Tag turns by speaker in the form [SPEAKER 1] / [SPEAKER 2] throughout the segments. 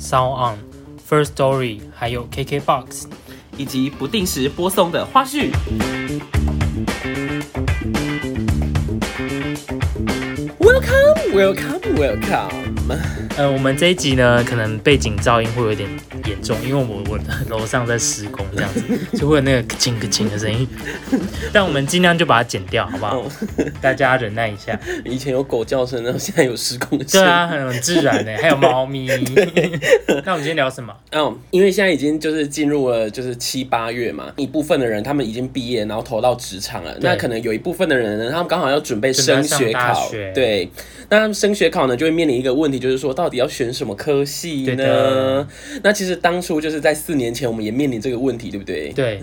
[SPEAKER 1] Sound On、First Story，还有 KKBox。
[SPEAKER 2] 以及不定时播送的花絮。Welcome, welcome, welcome。
[SPEAKER 1] 呃，我们这一集呢，可能背景噪音会有点严重，因为我我的楼上在施工，这样子就会有那个咯吱咯吱的声音。但我们尽量就把它剪掉，好 不好？大家忍耐一下。
[SPEAKER 2] 以前有狗叫声，然后现在有失控的声。
[SPEAKER 1] 对啊，很很自然的，还有猫 咪。那我们今天聊什么？
[SPEAKER 2] 嗯，因为现在已经就是进入了就是七八月嘛，一部分的人他们已经毕业，然后投到职场了。那可能有一部分的人呢，他们刚好要准备升学
[SPEAKER 1] 准备要上大
[SPEAKER 2] 考
[SPEAKER 1] 学，
[SPEAKER 2] 对。那他们升学考呢，就会面临一个问题，就是说到底要选什么科系
[SPEAKER 1] 对
[SPEAKER 2] 呢
[SPEAKER 1] 的？
[SPEAKER 2] 那其实当初就是在四年前，我们也面临这个问题，对不对？
[SPEAKER 1] 对，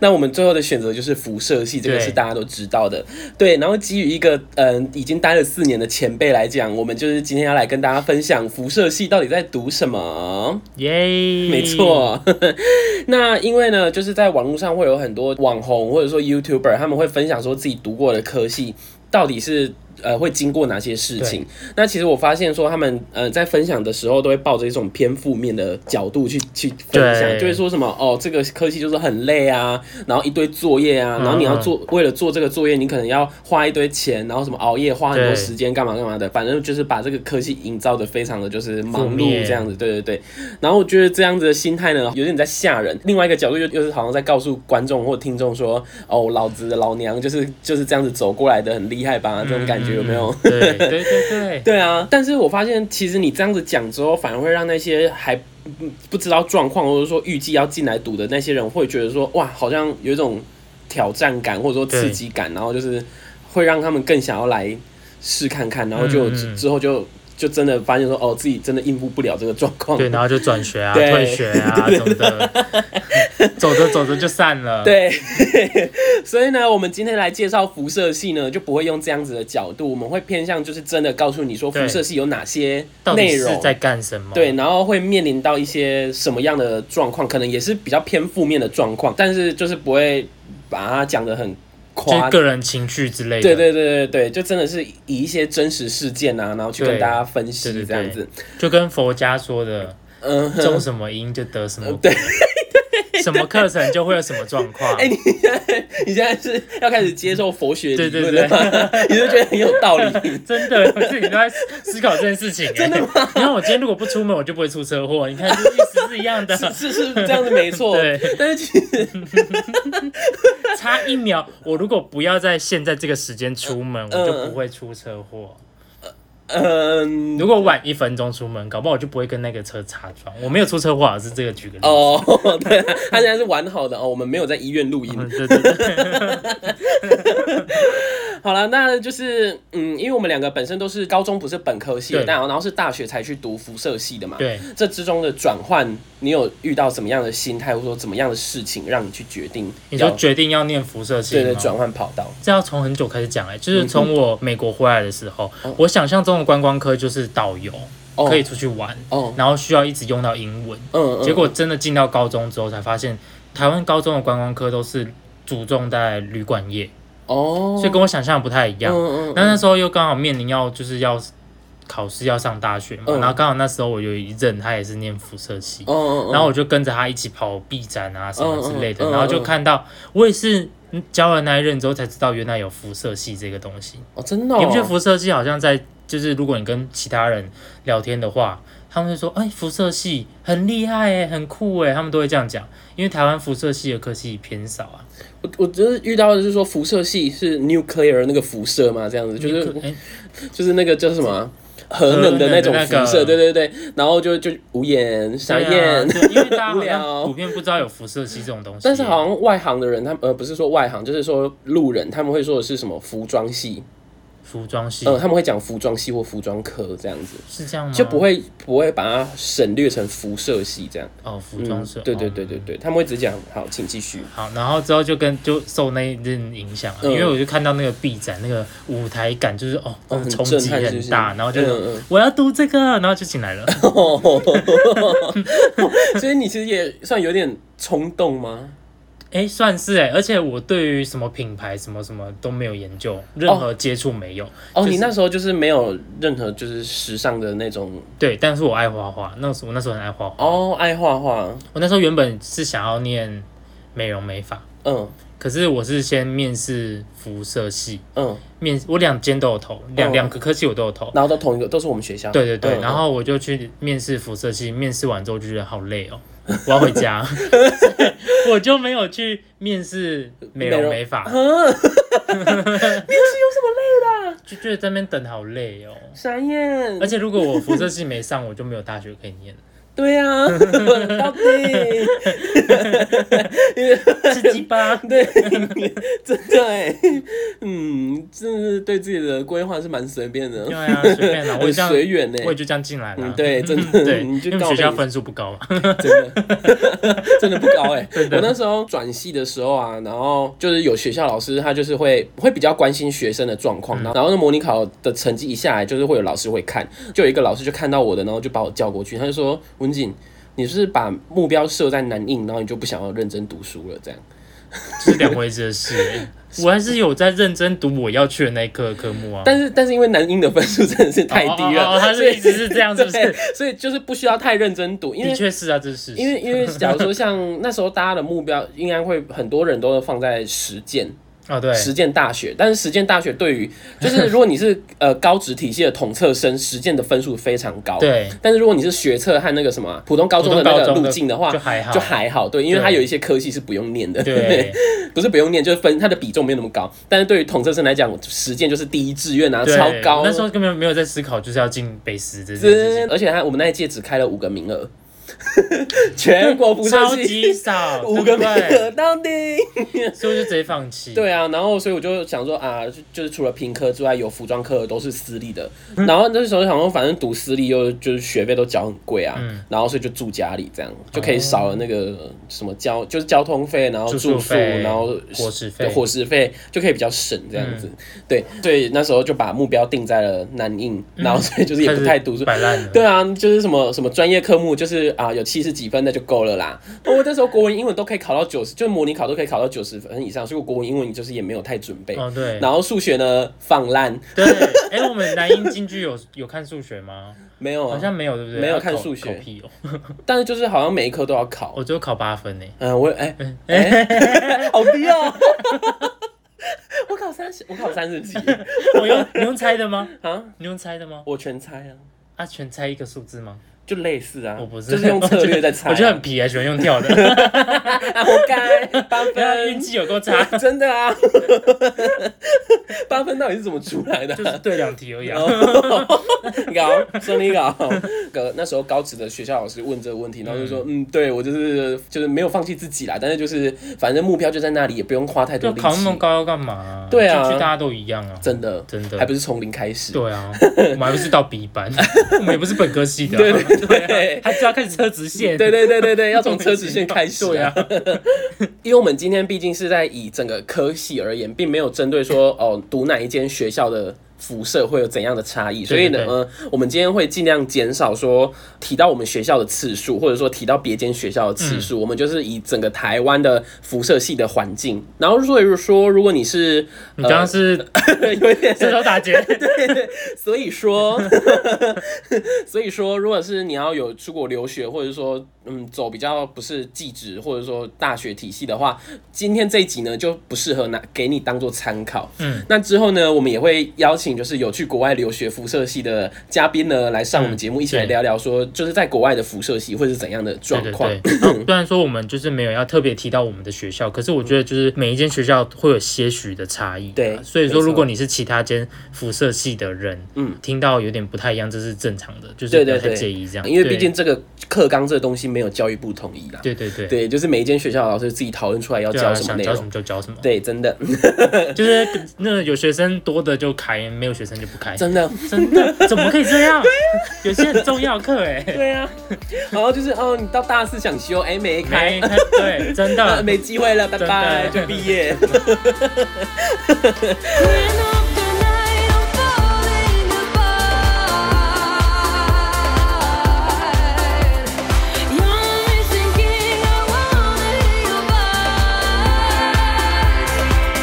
[SPEAKER 2] 那我们最后的选择就是辐射系，这个
[SPEAKER 1] 对
[SPEAKER 2] 是大家都知道的。对，然后基于一个嗯已经待了四年的前辈来讲，我们就是今天要来跟大家分享辐射系到底在读什么。
[SPEAKER 1] 耶，
[SPEAKER 2] 没。错， 那因为呢，就是在网络上会有很多网红或者说 YouTuber，他们会分享说自己读过的科系到底是。呃，会经过哪些事情？那其实我发现说，他们呃在分享的时候，都会抱着一种偏负面的角度去去分享，
[SPEAKER 1] 对
[SPEAKER 2] 就会说什么哦，这个科系就是很累啊，然后一堆作业啊，然后你要做，为了做这个作业，你可能要花一堆钱，然后什么熬夜，花很多
[SPEAKER 1] 对
[SPEAKER 2] 时间，干嘛干嘛的，反正就是把这个科系营造的非常的就是忙
[SPEAKER 1] 负
[SPEAKER 2] 碌
[SPEAKER 1] 面
[SPEAKER 2] 这样子，对对对。然后我觉得这样子的心态呢，有点在吓人。另外一个角度又又是好像在告诉观众或听众说，哦，老子的老娘就是就是这样子走过来的，很厉害吧？这种感觉有没有？
[SPEAKER 1] 嗯？对对对对，
[SPEAKER 2] 对啊，但是我发现其实你这样子讲之后，反而会让那些还嗯不知道状况或者说预计要进来赌的那些人，会觉得说哇，好像有一种挑战感或者说刺激感，然后就是会让他们更想要来试看看，然后就
[SPEAKER 1] 嗯嗯嗯
[SPEAKER 2] 之后就就真的发现说哦，自己真的应付不了这个状况。
[SPEAKER 1] 对，然后就转学啊、
[SPEAKER 2] 对
[SPEAKER 1] 退学 啊什么的，走着走着就散了。，
[SPEAKER 2] 对，所以呢，我们今天来介绍辐射系呢，就不会用这样子的角度，我们会偏向就是真的告诉你说辐
[SPEAKER 1] 对
[SPEAKER 2] 射系有哪些
[SPEAKER 1] 到底
[SPEAKER 2] 内
[SPEAKER 1] 是
[SPEAKER 2] 容，
[SPEAKER 1] 在干什么？
[SPEAKER 2] 对，然后会面临到一些什么样的状况，可能也是比较偏负面的状况，但是就是不会把它讲得很
[SPEAKER 1] 就
[SPEAKER 2] 夸
[SPEAKER 1] 是个人情绪之类的。
[SPEAKER 2] 对对对对对，就真的是以一些真实事件啊，然后去跟
[SPEAKER 1] 对
[SPEAKER 2] 大家分析
[SPEAKER 1] 对对
[SPEAKER 2] 这样子。
[SPEAKER 1] 就跟佛家说的，
[SPEAKER 2] 嗯哼，
[SPEAKER 1] 种什么因就得什么果，
[SPEAKER 2] 对
[SPEAKER 1] 什么课程就会有什么状况。
[SPEAKER 2] 哎、你现在你现在是要开始接受佛学理
[SPEAKER 1] 对对
[SPEAKER 2] 论了吗？ 你就觉得很有道理。
[SPEAKER 1] 真的，我自己都在思思考这件事情、真的吗？ 你看我今天如果不出门，我就不会出车祸。你看，这意思 是一样的，
[SPEAKER 2] 是是这样子没错，
[SPEAKER 1] 对
[SPEAKER 2] 但是其实
[SPEAKER 1] 差一秒，我如果不要在现在这个时间出门，我就不会出车祸。
[SPEAKER 2] 嗯
[SPEAKER 1] 如果晚一分钟出门，搞不好我就不会跟那个车擦撞。我没有出车祸啊，是这个举个例子。
[SPEAKER 2] 哦， 对，他现在是完好的哦，我们没有在医院录音，
[SPEAKER 1] 嗯，对对对，
[SPEAKER 2] 好了，那就是嗯，因为我们两个本身都是高中不是本科系的，
[SPEAKER 1] 对
[SPEAKER 2] 然后然后是大学才去读辐射系的嘛。
[SPEAKER 1] 对，
[SPEAKER 2] 这之中的转换，你有遇到怎么样的心态，或者说怎么样的事情，让你去决定
[SPEAKER 1] 你说
[SPEAKER 2] 要
[SPEAKER 1] 决定要念辐射系
[SPEAKER 2] 对对
[SPEAKER 1] 吗
[SPEAKER 2] 转嗯换跑道？
[SPEAKER 1] 这要从很久开始讲哎、就是从我美国回来的时候，我想象中的观光科就是导游，
[SPEAKER 2] 哦
[SPEAKER 1] 可以出去玩，
[SPEAKER 2] 哦，
[SPEAKER 1] 然后需要一直用到英文。
[SPEAKER 2] 嗯嗯，
[SPEAKER 1] 结果真的进到高中之后，才发现台湾高中的观光科都是注重在旅馆业，
[SPEAKER 2] 哦，
[SPEAKER 1] 所以跟我想象的不太一样。
[SPEAKER 2] 嗯嗯
[SPEAKER 1] 那那时候又刚好面临要就是要考试要上大学嘛，
[SPEAKER 2] 嗯
[SPEAKER 1] 然后刚好那时候我有一任他也是念辐射系，
[SPEAKER 2] 嗯嗯，嗯
[SPEAKER 1] 然后我就跟着他一起跑 B 展啊什么之类
[SPEAKER 2] 嗯嗯
[SPEAKER 1] 的，
[SPEAKER 2] 嗯
[SPEAKER 1] 然后就看到我也是嗯教了那一任之后才知道原来有辐射系这个东西。
[SPEAKER 2] 哦真的哦，
[SPEAKER 1] 你不觉得辐射系好像在就是如果你跟其他人聊天的话，他们会说哎辐射系很厉害哎很酷哎，他们都会这样讲，因为台湾辐射系的科系偏少啊。
[SPEAKER 2] 我我就是遇到的是说辐射系是 nuclear 那个辐射嘛，这样子就是
[SPEAKER 1] 哎
[SPEAKER 2] 就是那个叫什么啊核能的那种辐射，
[SPEAKER 1] 核能的那个
[SPEAKER 2] 对对对，然后就就无眼傻
[SPEAKER 1] 对啊
[SPEAKER 2] 眼。
[SPEAKER 1] 对因为大家
[SPEAKER 2] 无
[SPEAKER 1] 好
[SPEAKER 2] 聊
[SPEAKER 1] 像普遍不知道有辐射系这种东西，
[SPEAKER 2] 但是好像外行的人，他们呃不是说外行，就是说路人，他们会说的是什么服装系，
[SPEAKER 1] 服装系，
[SPEAKER 2] 嗯，他们会讲服装系或服装科这样子，
[SPEAKER 1] 是这样吗？
[SPEAKER 2] 就不会不会把它省略成辐射系这样。
[SPEAKER 1] 哦，服装社、
[SPEAKER 2] 嗯对对
[SPEAKER 1] 哦
[SPEAKER 2] 对对对，他们会只讲好，请继 续。
[SPEAKER 1] 好，然后之后就跟就受那一阵影响啊、
[SPEAKER 2] 嗯
[SPEAKER 1] 因为我就看到那个 B 展那个舞台感，就是哦，那
[SPEAKER 2] 哦
[SPEAKER 1] 个
[SPEAKER 2] 很
[SPEAKER 1] 冲
[SPEAKER 2] 震
[SPEAKER 1] 击
[SPEAKER 2] 撼
[SPEAKER 1] 很
[SPEAKER 2] 是不是
[SPEAKER 1] 大，然后就、
[SPEAKER 2] 嗯嗯
[SPEAKER 1] 我要读这个，然后就进来了。
[SPEAKER 2] 所以你其实也算有点冲动吗？
[SPEAKER 1] 哎，算是哎，而且我对于什么品牌什么什么都没有研究，任何接触没有。
[SPEAKER 2] 哦，
[SPEAKER 1] 就是
[SPEAKER 2] 你那时候就是没有任何就是时尚的那种
[SPEAKER 1] 对，但是我爱画画，那时候我那时候很爱画画。
[SPEAKER 2] 哦，爱画画，
[SPEAKER 1] 我那时候原本是想要念美容美发，
[SPEAKER 2] 嗯
[SPEAKER 1] 可是我是先面试辐射系，
[SPEAKER 2] 嗯，
[SPEAKER 1] 面我两间都有投，
[SPEAKER 2] 嗯
[SPEAKER 1] 两两个科系我都有投。
[SPEAKER 2] 然后都同一个，都是我们学校。
[SPEAKER 1] 对对对，
[SPEAKER 2] 嗯
[SPEAKER 1] 然后我就去面试辐射系，面试完之后就觉得好累哦， 我要回家， 所以我就没有去面试美
[SPEAKER 2] 美
[SPEAKER 1] 容
[SPEAKER 2] 容
[SPEAKER 1] 美发，就觉得在那边等好累哦。
[SPEAKER 2] 傻眼
[SPEAKER 1] 而，且如果我辐射系没上，我就没有大学可以念了，
[SPEAKER 2] 对 啊，到底
[SPEAKER 1] 吃鸡 巴。
[SPEAKER 2] 对，真的哎，嗯，真的是对自己的规划是蛮随便的
[SPEAKER 1] 对，啊，随便啦，我也
[SPEAKER 2] 很
[SPEAKER 1] 这样，
[SPEAKER 2] 随缘呢
[SPEAKER 1] 我，也就这样进来了。
[SPEAKER 2] 嗯对真的
[SPEAKER 1] 对，
[SPEAKER 2] 你就
[SPEAKER 1] 因为
[SPEAKER 2] 告
[SPEAKER 1] 学
[SPEAKER 2] 别
[SPEAKER 1] 校
[SPEAKER 2] 你
[SPEAKER 1] 分数不高啊嘛。
[SPEAKER 2] 真的真的不高 哎。我那时候转系的时候啊，然后就是有学校老师他就是会会比较关心学生的状况，
[SPEAKER 1] 嗯
[SPEAKER 2] 然后然后那模拟考的成绩一下来，就是会有老师会看，就有一个老师就看到我的，然后就把我叫过去，他就说文景。你是不是把目标设在南印，然后你就不想要认真读书了，这 样。
[SPEAKER 1] 是两回事 的事欸。我还是有在认真读我要去的那一科的科目啊。
[SPEAKER 2] 但是，但是因为南英的分数真的是太低
[SPEAKER 1] 哦哦哦哦
[SPEAKER 2] 了，
[SPEAKER 1] 他
[SPEAKER 2] 所
[SPEAKER 1] 是
[SPEAKER 2] 以
[SPEAKER 1] 一直是这样，是不
[SPEAKER 2] 对
[SPEAKER 1] 是？，
[SPEAKER 2] 所以就是不需要太认真读，因为
[SPEAKER 1] 的确是啊，这是事实。
[SPEAKER 2] 因为因为假如说像那时候大家的目标，应该会很多人都放在实践，
[SPEAKER 1] 哦，对，
[SPEAKER 2] 实践大学，但是实践大学对于 就是如果你是呃高职体系的统测生，实践的分数非常高。。
[SPEAKER 1] 对，
[SPEAKER 2] 但是如果你是学测和那个什么啊普通高中的
[SPEAKER 1] 普通
[SPEAKER 2] 那
[SPEAKER 1] 高
[SPEAKER 2] 个
[SPEAKER 1] 中
[SPEAKER 2] 路
[SPEAKER 1] 的
[SPEAKER 2] 径的话，
[SPEAKER 1] 就还好
[SPEAKER 2] 就还好，对，因为它
[SPEAKER 1] 对
[SPEAKER 2] 有一些科系是不用念的，
[SPEAKER 1] 对，
[SPEAKER 2] 不是不用念，就是分它的比重没有那么高。但是对于统测生来讲，实践就是第一志愿啊，
[SPEAKER 1] 对
[SPEAKER 2] 超高。
[SPEAKER 1] 那时候根本没有在思考，就是要进北师这件事
[SPEAKER 2] 真，
[SPEAKER 1] 情，
[SPEAKER 2] 而且他我们那一届只开了五个名额， 全国辐射
[SPEAKER 1] 超
[SPEAKER 2] 系
[SPEAKER 1] 级少，
[SPEAKER 2] 五个名
[SPEAKER 1] 对不对
[SPEAKER 2] 额到底。
[SPEAKER 1] 所以我就直接放弃。，
[SPEAKER 2] 对啊，然后所以我就想说啊，就就是除了平科之外，有服装科的都是私立的。
[SPEAKER 1] 嗯
[SPEAKER 2] 然后那时候就想说，反正读私立又就是学费都缴很贵啊，
[SPEAKER 1] 嗯
[SPEAKER 2] 然后所以就住家里，这样就可以少了那个什么交，就是交通费，然后
[SPEAKER 1] 哦住宿
[SPEAKER 2] 住宿，
[SPEAKER 1] 费
[SPEAKER 2] 然后
[SPEAKER 1] 伙食费嗯
[SPEAKER 2] 对伙食费就可以比较省这样子。对，所以那时候就把目标定在了南印，然后所以就是也
[SPEAKER 1] 开
[SPEAKER 2] 不
[SPEAKER 1] 始
[SPEAKER 2] 太读书。
[SPEAKER 1] 摆烂了。
[SPEAKER 2] 对啊，就是什么什么专业科目，就是啊有七十几分那就够了 啦。我那时候国文、英文都可以考到九十，就是模拟考都可以考到九十分以上，所以我国文、英文就是也没有太准备。
[SPEAKER 1] 哦，对，
[SPEAKER 2] 然后数学呢放烂，
[SPEAKER 1] 对，哎，我们南英进去有有看数学吗？
[SPEAKER 2] 没有
[SPEAKER 1] 好
[SPEAKER 2] 啊，
[SPEAKER 1] 像没有，对不对？
[SPEAKER 2] 没有
[SPEAKER 1] 要
[SPEAKER 2] 看
[SPEAKER 1] 考
[SPEAKER 2] 数学
[SPEAKER 1] 考屁哦，
[SPEAKER 2] 但是就是好像每一科都要考。
[SPEAKER 1] 我只有考八分 呢。
[SPEAKER 2] 嗯，我哎哎， 好低 哦。我考三十，我考三十几
[SPEAKER 1] 我用你用猜的吗？
[SPEAKER 2] 啊，
[SPEAKER 1] 你用猜的吗？
[SPEAKER 2] 我全猜啊，
[SPEAKER 1] 啊，全猜一个数字吗？
[SPEAKER 2] 就类似啊，
[SPEAKER 1] 我不是，
[SPEAKER 2] 就是用策略在猜、啊。
[SPEAKER 1] 我觉得很皮啊，喜欢用跳 的，啊
[SPEAKER 2] 啊，活 该八分
[SPEAKER 1] 运，气有够差，
[SPEAKER 2] 真的啊，八分到底是怎么出来的啊、
[SPEAKER 1] 就是对两题而已啊。
[SPEAKER 2] 搞生理搞，个那时候高职的学校老师问这个问题，然后就说，嗯，对我就是就是没有放弃自己啦，但是就是反正目标就在那里，也不用花太多
[SPEAKER 1] 就
[SPEAKER 2] 力
[SPEAKER 1] 考啊那么
[SPEAKER 2] 气，
[SPEAKER 1] 高要干嘛、
[SPEAKER 2] 对啊
[SPEAKER 1] 进去大家都一样啊，
[SPEAKER 2] 真的
[SPEAKER 1] 真的
[SPEAKER 2] 还不是从零开始。
[SPEAKER 1] 对啊，我们还不是到 B 班，我们也不是本科系的、啊，
[SPEAKER 2] 对对 对
[SPEAKER 1] 啊还是要开始车直线，
[SPEAKER 2] 对对对对 对，要从车子 线开始、
[SPEAKER 1] 对啊，，
[SPEAKER 2] 因为我们今天毕竟是在以整个科系而言，并没有针对 说哦读哪一间学校的辐射会有怎样的差异，所以呢，
[SPEAKER 1] 对对
[SPEAKER 2] 呃，我们今天会尽量减少说提到我们学校的次数，或者说提到别间学校的
[SPEAKER 1] 嗯
[SPEAKER 2] 次数，我们就是以整个台湾的辐射系的环境。然后所以说，如果你是
[SPEAKER 1] 你刚刚是
[SPEAKER 2] 呃有一点
[SPEAKER 1] 射手打 劫，
[SPEAKER 2] 所以说， 所以说，如果是你要有出国留学，或者说，嗯，走比较不是技职或者说大学体系的话，今天这一集呢就不适合拿给你当做参考。
[SPEAKER 1] 嗯，
[SPEAKER 2] 那之后呢，我们也会邀请就是有去国外留学辐射系的嘉宾呢来上我们节目，一起来
[SPEAKER 1] 嗯对
[SPEAKER 2] 聊聊说就是在国外的辐射系会是怎样的
[SPEAKER 1] 对
[SPEAKER 2] 状
[SPEAKER 1] 对
[SPEAKER 2] 况。
[SPEAKER 1] 对。啊虽然说我们就是没有要特别提到我们的学校，可是我觉得就是每一间学校会有些许的差异啊，
[SPEAKER 2] 对
[SPEAKER 1] 所以
[SPEAKER 2] 没
[SPEAKER 1] 说
[SPEAKER 2] 错
[SPEAKER 1] 如果你是其他间辐射系的人，
[SPEAKER 2] 嗯，
[SPEAKER 1] 听到有点不太一样，这是正常的，就是
[SPEAKER 2] 对
[SPEAKER 1] 不
[SPEAKER 2] 对
[SPEAKER 1] 要太
[SPEAKER 2] 对
[SPEAKER 1] 介意这样，
[SPEAKER 2] 因为
[SPEAKER 1] 对
[SPEAKER 2] 毕竟这个课纲这个东西没有教育部统一啦。
[SPEAKER 1] 对对对。
[SPEAKER 2] 对，就是每一间学校的老师自己讨论出来要
[SPEAKER 1] 对
[SPEAKER 2] 教
[SPEAKER 1] 啊，
[SPEAKER 2] 什么
[SPEAKER 1] 想
[SPEAKER 2] 内
[SPEAKER 1] 教什
[SPEAKER 2] 容
[SPEAKER 1] 么。就教什么，
[SPEAKER 2] 对，真的，
[SPEAKER 1] 就是那有学生多的就开，没没有学生就不开，
[SPEAKER 2] 真的，
[SPEAKER 1] 真的怎么可以这样？有些很重要课哎、
[SPEAKER 2] 对啊。然后就是哦，你到大四想修，哎，没开
[SPEAKER 1] 没，对，真
[SPEAKER 2] 呃
[SPEAKER 1] 的
[SPEAKER 2] 没机会了，拜
[SPEAKER 1] 真的
[SPEAKER 2] 拜，就毕业。
[SPEAKER 3] Clearing up the night, I'm falling apart. You're only thinking I wanna hear your voice.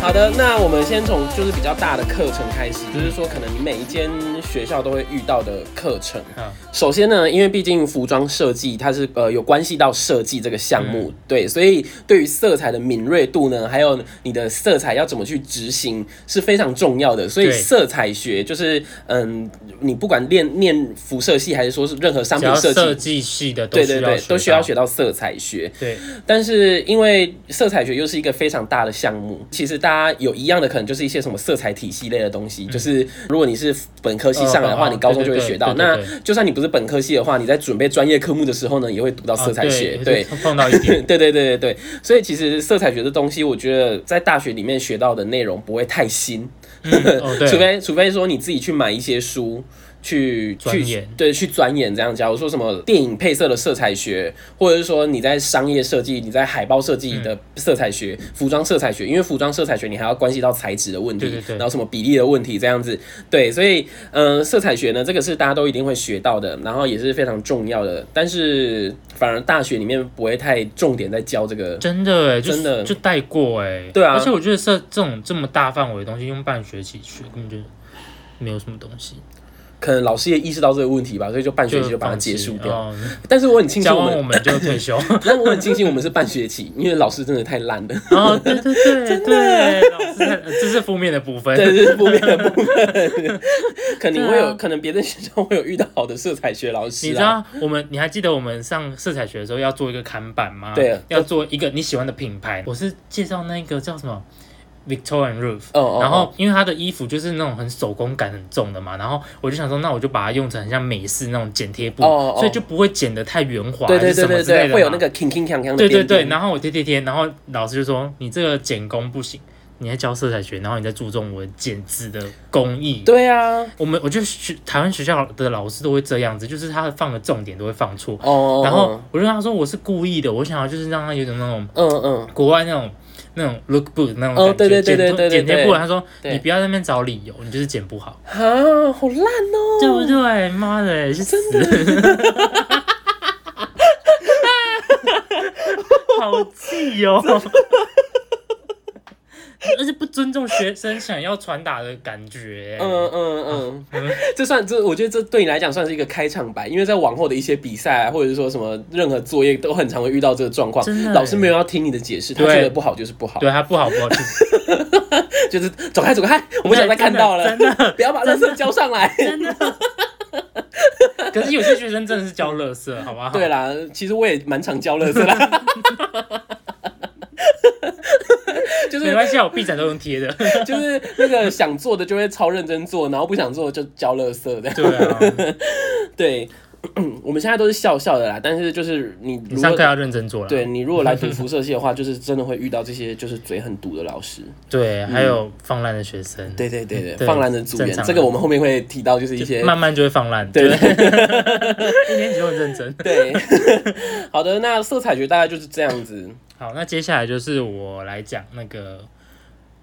[SPEAKER 2] 好的，那我们先从就是比较大的课程开始，就是说可能你每一间学校都会遇到的课程。
[SPEAKER 1] 嗯
[SPEAKER 2] 首先呢，因为毕竟服装设计它是呃有关系到设计这个项
[SPEAKER 1] 嗯
[SPEAKER 2] 目，对，所以对于色彩的敏锐度呢，还有你的色彩要怎么去执行是非常重要的。所以
[SPEAKER 1] 对
[SPEAKER 2] 色彩学就是嗯，你不管练念辐射系还是说是任何商
[SPEAKER 1] 只
[SPEAKER 2] 品
[SPEAKER 1] 要
[SPEAKER 2] 设
[SPEAKER 1] 设
[SPEAKER 2] 计。
[SPEAKER 1] 计系的都
[SPEAKER 2] 对
[SPEAKER 1] 需
[SPEAKER 2] 对
[SPEAKER 1] 要
[SPEAKER 2] 对，都需要
[SPEAKER 1] 到
[SPEAKER 2] 学到色彩学。
[SPEAKER 1] 对
[SPEAKER 2] 但是因为色彩学又是一个非常大的项目，其实大家有一样的可能就是一些什么色彩体系类的东西，
[SPEAKER 1] 嗯
[SPEAKER 2] 就是如果你是本科系上来的话，
[SPEAKER 1] 哦哦
[SPEAKER 2] 你高中就会
[SPEAKER 1] 对对
[SPEAKER 2] 学到。
[SPEAKER 1] 对对
[SPEAKER 2] 那
[SPEAKER 1] 对
[SPEAKER 2] 就算你不是本科系的话，你在准备专业科目的时候呢，也会读到色彩学
[SPEAKER 1] 啊。
[SPEAKER 2] 对，
[SPEAKER 1] 碰到一点，
[SPEAKER 2] 对对对对对，所以其实色彩学的东西，我觉得在大学里面学到的内容不会太新，
[SPEAKER 1] 哦对
[SPEAKER 2] 除非除非说你自己去买一些书。去
[SPEAKER 1] 钻
[SPEAKER 2] 去
[SPEAKER 1] 研
[SPEAKER 2] 对去钻研这样，假如说什么电影配色的色彩学，或者是说你在商业设计、你在海报设计
[SPEAKER 1] 嗯
[SPEAKER 2] 的色彩学、服装色彩学，因为服装色彩学你还要关系到材质的问题，
[SPEAKER 1] 对对对
[SPEAKER 2] 然后什么比例的问题这样子，对，所以嗯、呃色彩学呢，这个是大家都一定会学到的，然后也是非常重要的，但是反而大学里面不会太重点在教这个，
[SPEAKER 1] 真的哎，就
[SPEAKER 2] 真的
[SPEAKER 1] 就带过哎，
[SPEAKER 2] 对啊
[SPEAKER 1] 而且我觉得这这种这么大范围的东西，用半学期学根本就没有什么东西，
[SPEAKER 2] 可能老师也意识到这个问题吧，所以就半学期就把它
[SPEAKER 1] 放弃
[SPEAKER 2] 结束掉。
[SPEAKER 1] 哦
[SPEAKER 2] 但是我很庆幸
[SPEAKER 1] 教
[SPEAKER 2] 我
[SPEAKER 1] 完我
[SPEAKER 2] 们，
[SPEAKER 1] 们就 退休。
[SPEAKER 2] 但我很庆幸我们是半学期，因为老师真的太烂了，
[SPEAKER 1] 哦，对对对，真的，老师很，这是负面的部分。
[SPEAKER 2] 对，这是负面的部分。肯定会有，
[SPEAKER 3] 对啊
[SPEAKER 2] 可能别的学校会有遇到好的色彩学老师、啊，
[SPEAKER 1] 你知道我们，你还记得我们上色彩学的时候要做一个看板吗？
[SPEAKER 2] 对
[SPEAKER 1] 要做一个你喜欢的品牌。我是介绍那个叫什么 Victorian Roof，
[SPEAKER 2] 哦哦哦
[SPEAKER 1] 然后因为他的衣服就是那种很手工感很重的嘛，然后我就想说，那我就把它用成很像美式那种剪贴布，
[SPEAKER 2] 哦哦
[SPEAKER 1] 所以就不会剪得太圆滑，
[SPEAKER 2] 对对对
[SPEAKER 1] 啊还
[SPEAKER 2] 对
[SPEAKER 1] 是什么之类
[SPEAKER 2] 对，
[SPEAKER 1] 的
[SPEAKER 2] 会有
[SPEAKER 1] 嘛
[SPEAKER 2] 那个 king king 锵锵的
[SPEAKER 1] 对对
[SPEAKER 2] 边
[SPEAKER 1] 对，
[SPEAKER 2] 边
[SPEAKER 1] 然后我贴贴贴，然后老师就说你这个剪工不行，你在教色彩学，然后你在注重我剪字的工艺。
[SPEAKER 2] 对啊，
[SPEAKER 1] 我们我觉得学台湾学校的老师都会这样子，就是他放的重点都会放错。
[SPEAKER 2] 哦，
[SPEAKER 1] 然后我就跟他说我是故意的，我想要就是让他有种那种
[SPEAKER 2] 嗯嗯，
[SPEAKER 1] 国外那种那种 look book 那种感觉，
[SPEAKER 2] 哦对对对对
[SPEAKER 1] 剪
[SPEAKER 2] 对对
[SPEAKER 1] 剪贴
[SPEAKER 2] 对
[SPEAKER 1] 不了。他说
[SPEAKER 2] 对
[SPEAKER 1] 你不要在那边找理由，你就是剪不好，
[SPEAKER 2] 啊，好烂哦，
[SPEAKER 1] 对不对？妈的，去死！好气哦！而且不尊重学生想要传达的感觉。
[SPEAKER 2] 嗯嗯嗯，这算这，我觉得这对你来讲算是一个开场白，因为在往后的一些比赛、啊、或者是说什么任何作业都很常会遇到这个状况
[SPEAKER 1] 真的，欸
[SPEAKER 2] 老师没有要听你的解释，他
[SPEAKER 1] 对
[SPEAKER 2] 觉得不好就是不好，
[SPEAKER 1] 对他不好不好，就是
[SPEAKER 2] 就是走开走开，我不想再看到了，
[SPEAKER 1] 真的真的
[SPEAKER 2] 不要把垃圾交上来。
[SPEAKER 1] 真的。可是有些学生真的是教乐色，好不 好？
[SPEAKER 2] 对啦，其实我也蛮常教垃圾 啦，就是
[SPEAKER 1] 没关系啊，我臂展都用贴的。
[SPEAKER 2] 就是那个想做的就会超认真做，然后不想做就交垃圾这样。
[SPEAKER 1] 对啊，
[SPEAKER 2] 对， 我们现在都是笑笑的啦，但是就是你
[SPEAKER 1] 你
[SPEAKER 2] 如
[SPEAKER 1] 上
[SPEAKER 2] 果
[SPEAKER 1] 课要认真做了。
[SPEAKER 2] 对你如果来读辐射系的话，就是真的会遇到这些就是嘴很毒的老师。
[SPEAKER 1] 对，还有放烂的学生，
[SPEAKER 2] 嗯对对对对，
[SPEAKER 1] 对
[SPEAKER 2] 放烂的组
[SPEAKER 1] 正
[SPEAKER 2] 员，
[SPEAKER 1] 常啊
[SPEAKER 2] 这个我们后面会提到，就是一些
[SPEAKER 1] 慢慢就会放烂。
[SPEAKER 2] 对
[SPEAKER 1] 对，一年级都很认真。
[SPEAKER 2] 对。 好的，那色彩学大概就是这样子。
[SPEAKER 1] 好，那接下来就是我来讲那个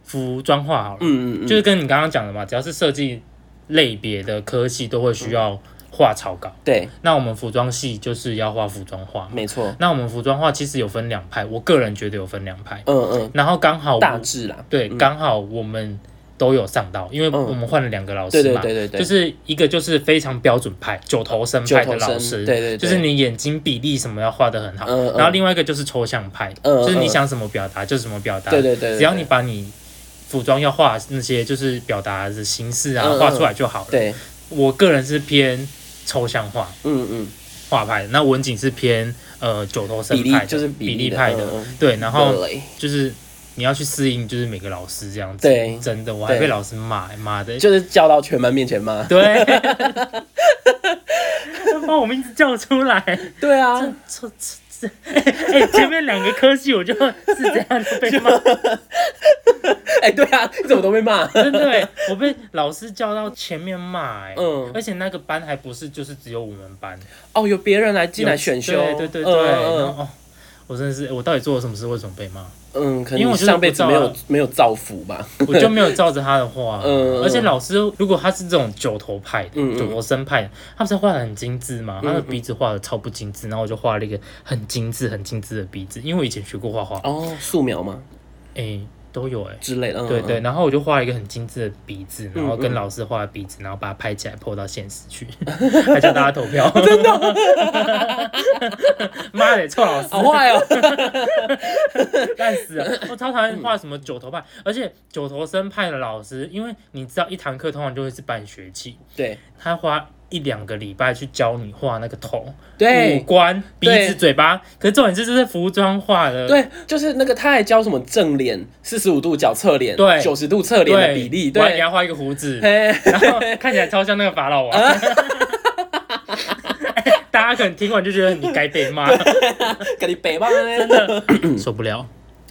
[SPEAKER 1] 服装化好了，
[SPEAKER 2] 嗯嗯嗯，
[SPEAKER 1] 就是跟你刚刚讲的嘛，只要是设计类别的科系都会需
[SPEAKER 2] 嗯
[SPEAKER 1] 要画草稿。
[SPEAKER 2] 对，
[SPEAKER 1] 那我们服装系就是要画服装画嘛，
[SPEAKER 2] 没错。
[SPEAKER 1] 那我们服装画其实有分两派，我个人觉得有分两派。
[SPEAKER 2] 嗯嗯，
[SPEAKER 1] 然后刚好我
[SPEAKER 2] 大致啦。
[SPEAKER 1] 对，
[SPEAKER 2] 嗯
[SPEAKER 1] 刚好我们都有上到，因为
[SPEAKER 2] 嗯
[SPEAKER 1] 我们换了两个老师嘛，
[SPEAKER 2] 对对对对对
[SPEAKER 1] 就是一个就是非常标准派九头身
[SPEAKER 2] 九
[SPEAKER 1] 派
[SPEAKER 2] 头
[SPEAKER 1] 的老
[SPEAKER 2] 身
[SPEAKER 1] 师，
[SPEAKER 2] 对对对
[SPEAKER 1] 就是你眼睛比例什么要画的很好，
[SPEAKER 2] 嗯嗯
[SPEAKER 1] 然后另外一个就是抽象派，
[SPEAKER 2] 嗯
[SPEAKER 1] 就是你
[SPEAKER 2] 嗯
[SPEAKER 1] 想怎么表达就怎么表达，
[SPEAKER 2] 对对对对
[SPEAKER 1] 只要你把你服装要画那些就是表达的形式啊
[SPEAKER 2] 嗯嗯
[SPEAKER 1] 画出来就好了。
[SPEAKER 2] 对，
[SPEAKER 1] 我个人是偏抽象画
[SPEAKER 2] 嗯嗯，
[SPEAKER 1] 画派的，那文景是偏呃九头身
[SPEAKER 2] 比例
[SPEAKER 1] 派的
[SPEAKER 2] 就是比
[SPEAKER 1] 比
[SPEAKER 2] 例
[SPEAKER 1] 例
[SPEAKER 2] 的
[SPEAKER 1] 派的，
[SPEAKER 2] 嗯嗯
[SPEAKER 1] 对，然后
[SPEAKER 2] 对
[SPEAKER 1] 就是你要去适应，就是每个老师这样子。
[SPEAKER 2] 对
[SPEAKER 1] 真的，我还
[SPEAKER 2] 对
[SPEAKER 1] 被老师骂，妈的，
[SPEAKER 2] 就是叫到全班面前骂。
[SPEAKER 1] 对， 把我名字叫出来，
[SPEAKER 2] 对啊，
[SPEAKER 1] 这这这，哎、前面两个科系我就是这样就被 骂，
[SPEAKER 2] 哎、对啊，你怎么都被骂？
[SPEAKER 1] 真的欸，我被老师叫到前面骂，哎，
[SPEAKER 2] 嗯
[SPEAKER 1] 而且那个班还不是就是只有我们班，
[SPEAKER 2] 哦，有别人来进来
[SPEAKER 1] 有
[SPEAKER 2] 选秀，
[SPEAKER 1] 对对对对，然
[SPEAKER 2] 嗯
[SPEAKER 1] 后哦，我真的是，我到底做了什么事，为什么被骂？
[SPEAKER 2] 嗯，可
[SPEAKER 1] 因为
[SPEAKER 2] 能
[SPEAKER 1] 我
[SPEAKER 2] 你
[SPEAKER 1] 就是
[SPEAKER 2] 上辈子
[SPEAKER 1] 不
[SPEAKER 2] 没
[SPEAKER 1] 知道
[SPEAKER 2] 有没有造福吧。
[SPEAKER 1] 我就没有照着他的画、
[SPEAKER 2] 嗯嗯
[SPEAKER 1] 而且老师如果他是这种九头派的、
[SPEAKER 2] 嗯嗯
[SPEAKER 1] 九头身派的，他不是画的很精致吗？他的
[SPEAKER 2] 嗯
[SPEAKER 1] 鼻子画的超不精致，然后我就画了一个很精致、很精致的鼻子，因为我以前学过画画，哎、
[SPEAKER 2] 哦，素描嘛
[SPEAKER 1] 都有哎、
[SPEAKER 2] 之类的。嗯、
[SPEAKER 1] 对对，
[SPEAKER 2] 嗯，
[SPEAKER 1] 然后我就画了一个很精致的鼻子，然后
[SPEAKER 2] 嗯
[SPEAKER 1] 跟老师画的鼻子，然后把它拍起来 PO 到现实去， 还叫大家投 票，真的， 妈的，臭老师，
[SPEAKER 2] 好坏哦。
[SPEAKER 1] 烂死 了！我超讨厌画什么九头派，而且九头身派的老师，因为你知道一堂课通常就会是半学期，
[SPEAKER 2] 对
[SPEAKER 1] 他花一两个礼拜去教你画那个头、五
[SPEAKER 2] 对
[SPEAKER 1] 官、鼻
[SPEAKER 2] 对
[SPEAKER 1] 子、嘴巴，可是重点是这是服装画的，
[SPEAKER 2] 对，就是那个他还教什么正脸、四十五度角侧脸、
[SPEAKER 1] 对
[SPEAKER 2] 九十度侧
[SPEAKER 1] 对
[SPEAKER 2] 脸的比例，
[SPEAKER 1] 我还给
[SPEAKER 2] 对。
[SPEAKER 1] 他画一个胡子，
[SPEAKER 2] 嘿，
[SPEAKER 1] 然后看起来超像那个法老王。 大家可能听完就觉得你该被骂，
[SPEAKER 2] 给你北棒呢。
[SPEAKER 1] 受不了。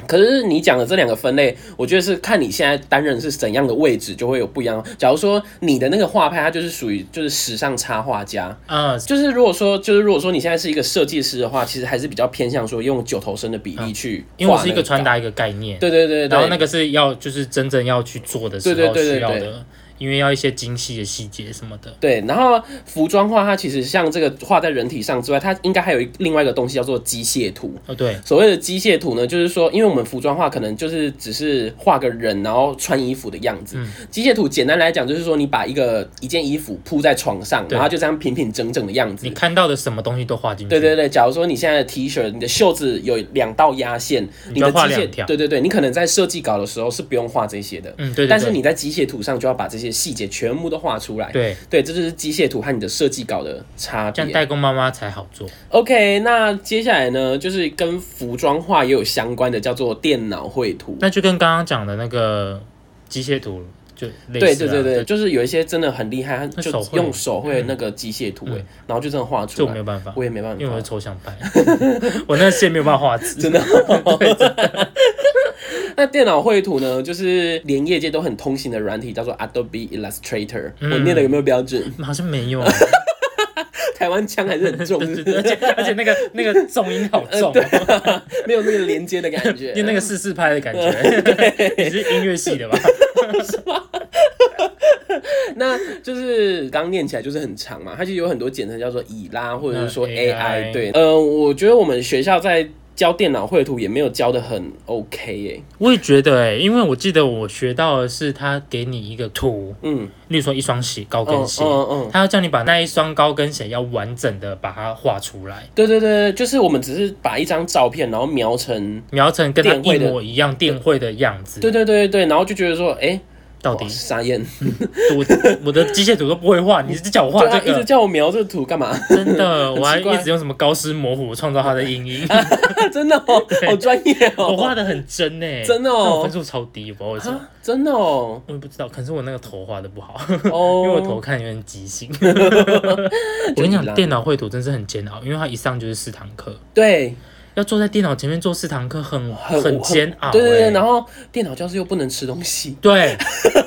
[SPEAKER 2] 可是你讲的这两个分类，我觉得是看你现在担任是怎样的位置，就会有不一样。假如说你的那个画派，它就是属于就是时尚插画家，
[SPEAKER 1] 嗯，
[SPEAKER 2] 就是如果说，就是如果说你现在是一个设计师的话，其实还是比较偏向说用九头身的比例去、
[SPEAKER 1] 啊因为我是一个传，达一个概念，
[SPEAKER 2] 对对对对，
[SPEAKER 1] 然后那个是要就是真正要去做的时
[SPEAKER 2] 对
[SPEAKER 1] 候
[SPEAKER 2] 对对对
[SPEAKER 1] 需要
[SPEAKER 2] 对
[SPEAKER 1] 的，因为要一些精细的细节什么的。
[SPEAKER 2] 对，然后服装画它其实像这个画在人体上之外，它应该还有一另外一个东西叫做机械图。
[SPEAKER 1] 哦，对，
[SPEAKER 2] 所谓的机械图呢，就是说，因为我们服装画可能就是只是画个人，然后穿衣服的样子。
[SPEAKER 1] 嗯
[SPEAKER 2] 机、械图简单来讲，就是说你把一个一件衣服铺在床上，
[SPEAKER 1] 对
[SPEAKER 2] 然后就这样平平整整的样子
[SPEAKER 1] 你。看到的什么东西都画进去。
[SPEAKER 2] 对对对，假如说你现在的 T 恤，你的袖子有两道压线，你
[SPEAKER 1] 嗯就要
[SPEAKER 2] 的机
[SPEAKER 1] 画两条
[SPEAKER 2] 械，对对对，你可能在设计稿的时候是不用画这些的，
[SPEAKER 1] 嗯对对对
[SPEAKER 2] 但是你在机械图上就要把这些细节全部都画出来，
[SPEAKER 1] 对
[SPEAKER 2] 对，这就是机械图和你的设计稿的差
[SPEAKER 1] 这样
[SPEAKER 2] 别。
[SPEAKER 1] 代工妈妈才好做。
[SPEAKER 2] OK，那接下来呢，就是跟服装画也有相关的，叫做电脑绘图。
[SPEAKER 1] 那就跟刚刚讲的那个机械图就类似、
[SPEAKER 2] 对
[SPEAKER 1] 啊。
[SPEAKER 2] 对对对，，就是有一些真的很厉害，他
[SPEAKER 1] 那
[SPEAKER 2] 就
[SPEAKER 1] 手绘嗯
[SPEAKER 2] 用手绘那个机械图、欸，然后就真的画出
[SPEAKER 1] 这
[SPEAKER 2] 来。
[SPEAKER 1] 我没有办法，
[SPEAKER 2] 我也没办法
[SPEAKER 1] 因为我是抽象派， 我那线没有办法画直。
[SPEAKER 2] 真的、那电脑绘图呢，就是连业界都很通行的软体，叫做 Adobe Illustrator。我
[SPEAKER 1] 嗯
[SPEAKER 2] 念的有没有标准？
[SPEAKER 1] 好像没有，
[SPEAKER 2] 台湾腔还是很重，
[SPEAKER 1] 对
[SPEAKER 2] 是
[SPEAKER 1] 对
[SPEAKER 2] 不是
[SPEAKER 1] 对，而且而且那个那个重音好重、
[SPEAKER 2] 对、啊，没有那个连接的 感觉。
[SPEAKER 1] 就那个四四拍的感觉。 你是音乐系的吧？
[SPEAKER 2] 那就是刚念起来就是很长嘛，它就有很多简称叫做以拉或者是说
[SPEAKER 1] 嗯
[SPEAKER 2] AI、
[SPEAKER 1] AI
[SPEAKER 2] 对，呃，我觉得我们学校在教电脑绘图也没有教的很 OK 耶、
[SPEAKER 1] 我也觉得哎、欸，因为我记得我学到的是他给你一个图，
[SPEAKER 2] 嗯，
[SPEAKER 1] 例如说一双鞋高跟
[SPEAKER 2] 嗯
[SPEAKER 1] 鞋，
[SPEAKER 2] 嗯嗯，
[SPEAKER 1] 他要叫你把那一双高跟鞋要完整的把它画出来，
[SPEAKER 2] 对对对，就是我们只是把一张照片然后描成，
[SPEAKER 1] 描成跟它
[SPEAKER 2] 电绘
[SPEAKER 1] 一
[SPEAKER 2] 的
[SPEAKER 1] 模一样电绘的样子。
[SPEAKER 2] 对，对对对，然后就觉得说，哎、
[SPEAKER 1] 到
[SPEAKER 2] 哇
[SPEAKER 1] 底
[SPEAKER 2] 傻 眼，
[SPEAKER 1] 我我的机械图都不会画，你是叫我画
[SPEAKER 2] 对啊，
[SPEAKER 1] 这
[SPEAKER 2] 一直
[SPEAKER 1] 个？
[SPEAKER 2] 叫我描这个图干嘛？
[SPEAKER 1] 真的，我还
[SPEAKER 2] 奇怪
[SPEAKER 1] 一直用什么高斯模糊创造它的阴 影，
[SPEAKER 2] 真的 哦，好专业
[SPEAKER 1] 我
[SPEAKER 2] 哦，
[SPEAKER 1] 画的很真哎、
[SPEAKER 2] 真的哦
[SPEAKER 1] 但我分数超低，我不知道为什么，
[SPEAKER 2] 啊真的哦，
[SPEAKER 1] 我也不知道，可能是我那个头画的不好，
[SPEAKER 2] 哦，
[SPEAKER 1] 因为我头看有点畸 形。我
[SPEAKER 2] 就
[SPEAKER 1] 跟你
[SPEAKER 2] 一
[SPEAKER 1] 讲，
[SPEAKER 2] 拉
[SPEAKER 1] 电脑绘图真是很煎熬，因为它一上就是四堂课，
[SPEAKER 2] 对
[SPEAKER 1] 要坐在电脑前面做四堂课很
[SPEAKER 2] 很
[SPEAKER 1] 很煎熬、欸。
[SPEAKER 2] 对对对，然后电脑教室又不能吃东西。
[SPEAKER 1] 对，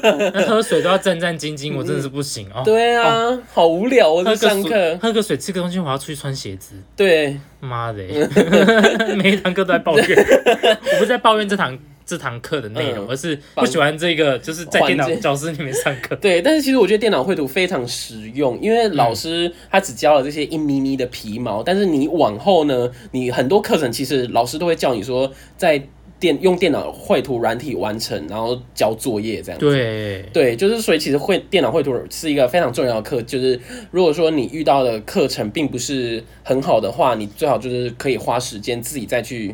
[SPEAKER 1] 那喝水都要战战兢兢，我真的是不行哦。
[SPEAKER 2] 对
[SPEAKER 1] 哦，
[SPEAKER 2] 啊，好无聊哦，
[SPEAKER 1] 喝
[SPEAKER 2] 这
[SPEAKER 1] 个
[SPEAKER 2] 上
[SPEAKER 1] 水，
[SPEAKER 2] 课。
[SPEAKER 1] 喝个水，吃个东西，我要出去穿鞋子。
[SPEAKER 2] 对，
[SPEAKER 1] 妈的欸， 每一堂课都在抱怨，我不是在抱怨这堂这堂课的内容，
[SPEAKER 2] 嗯
[SPEAKER 1] 而是不喜欢这个就是在电脑
[SPEAKER 2] 环境
[SPEAKER 1] 教室里面上课。
[SPEAKER 2] 对，但是其实我觉得电脑绘图非常实用，因为老
[SPEAKER 1] 嗯
[SPEAKER 2] 师他只教了这些一咪咪的皮毛，但是你往后呢，你很多课程其实老师都会叫你说在电用电脑绘图软体完成，然后交作业这样。
[SPEAKER 1] 对，
[SPEAKER 2] 对，就是所以其实绘电脑绘图是一个非常重要的课，就是如果说你遇到的课程并不是很好的话，你最好就是可以花时间自己再去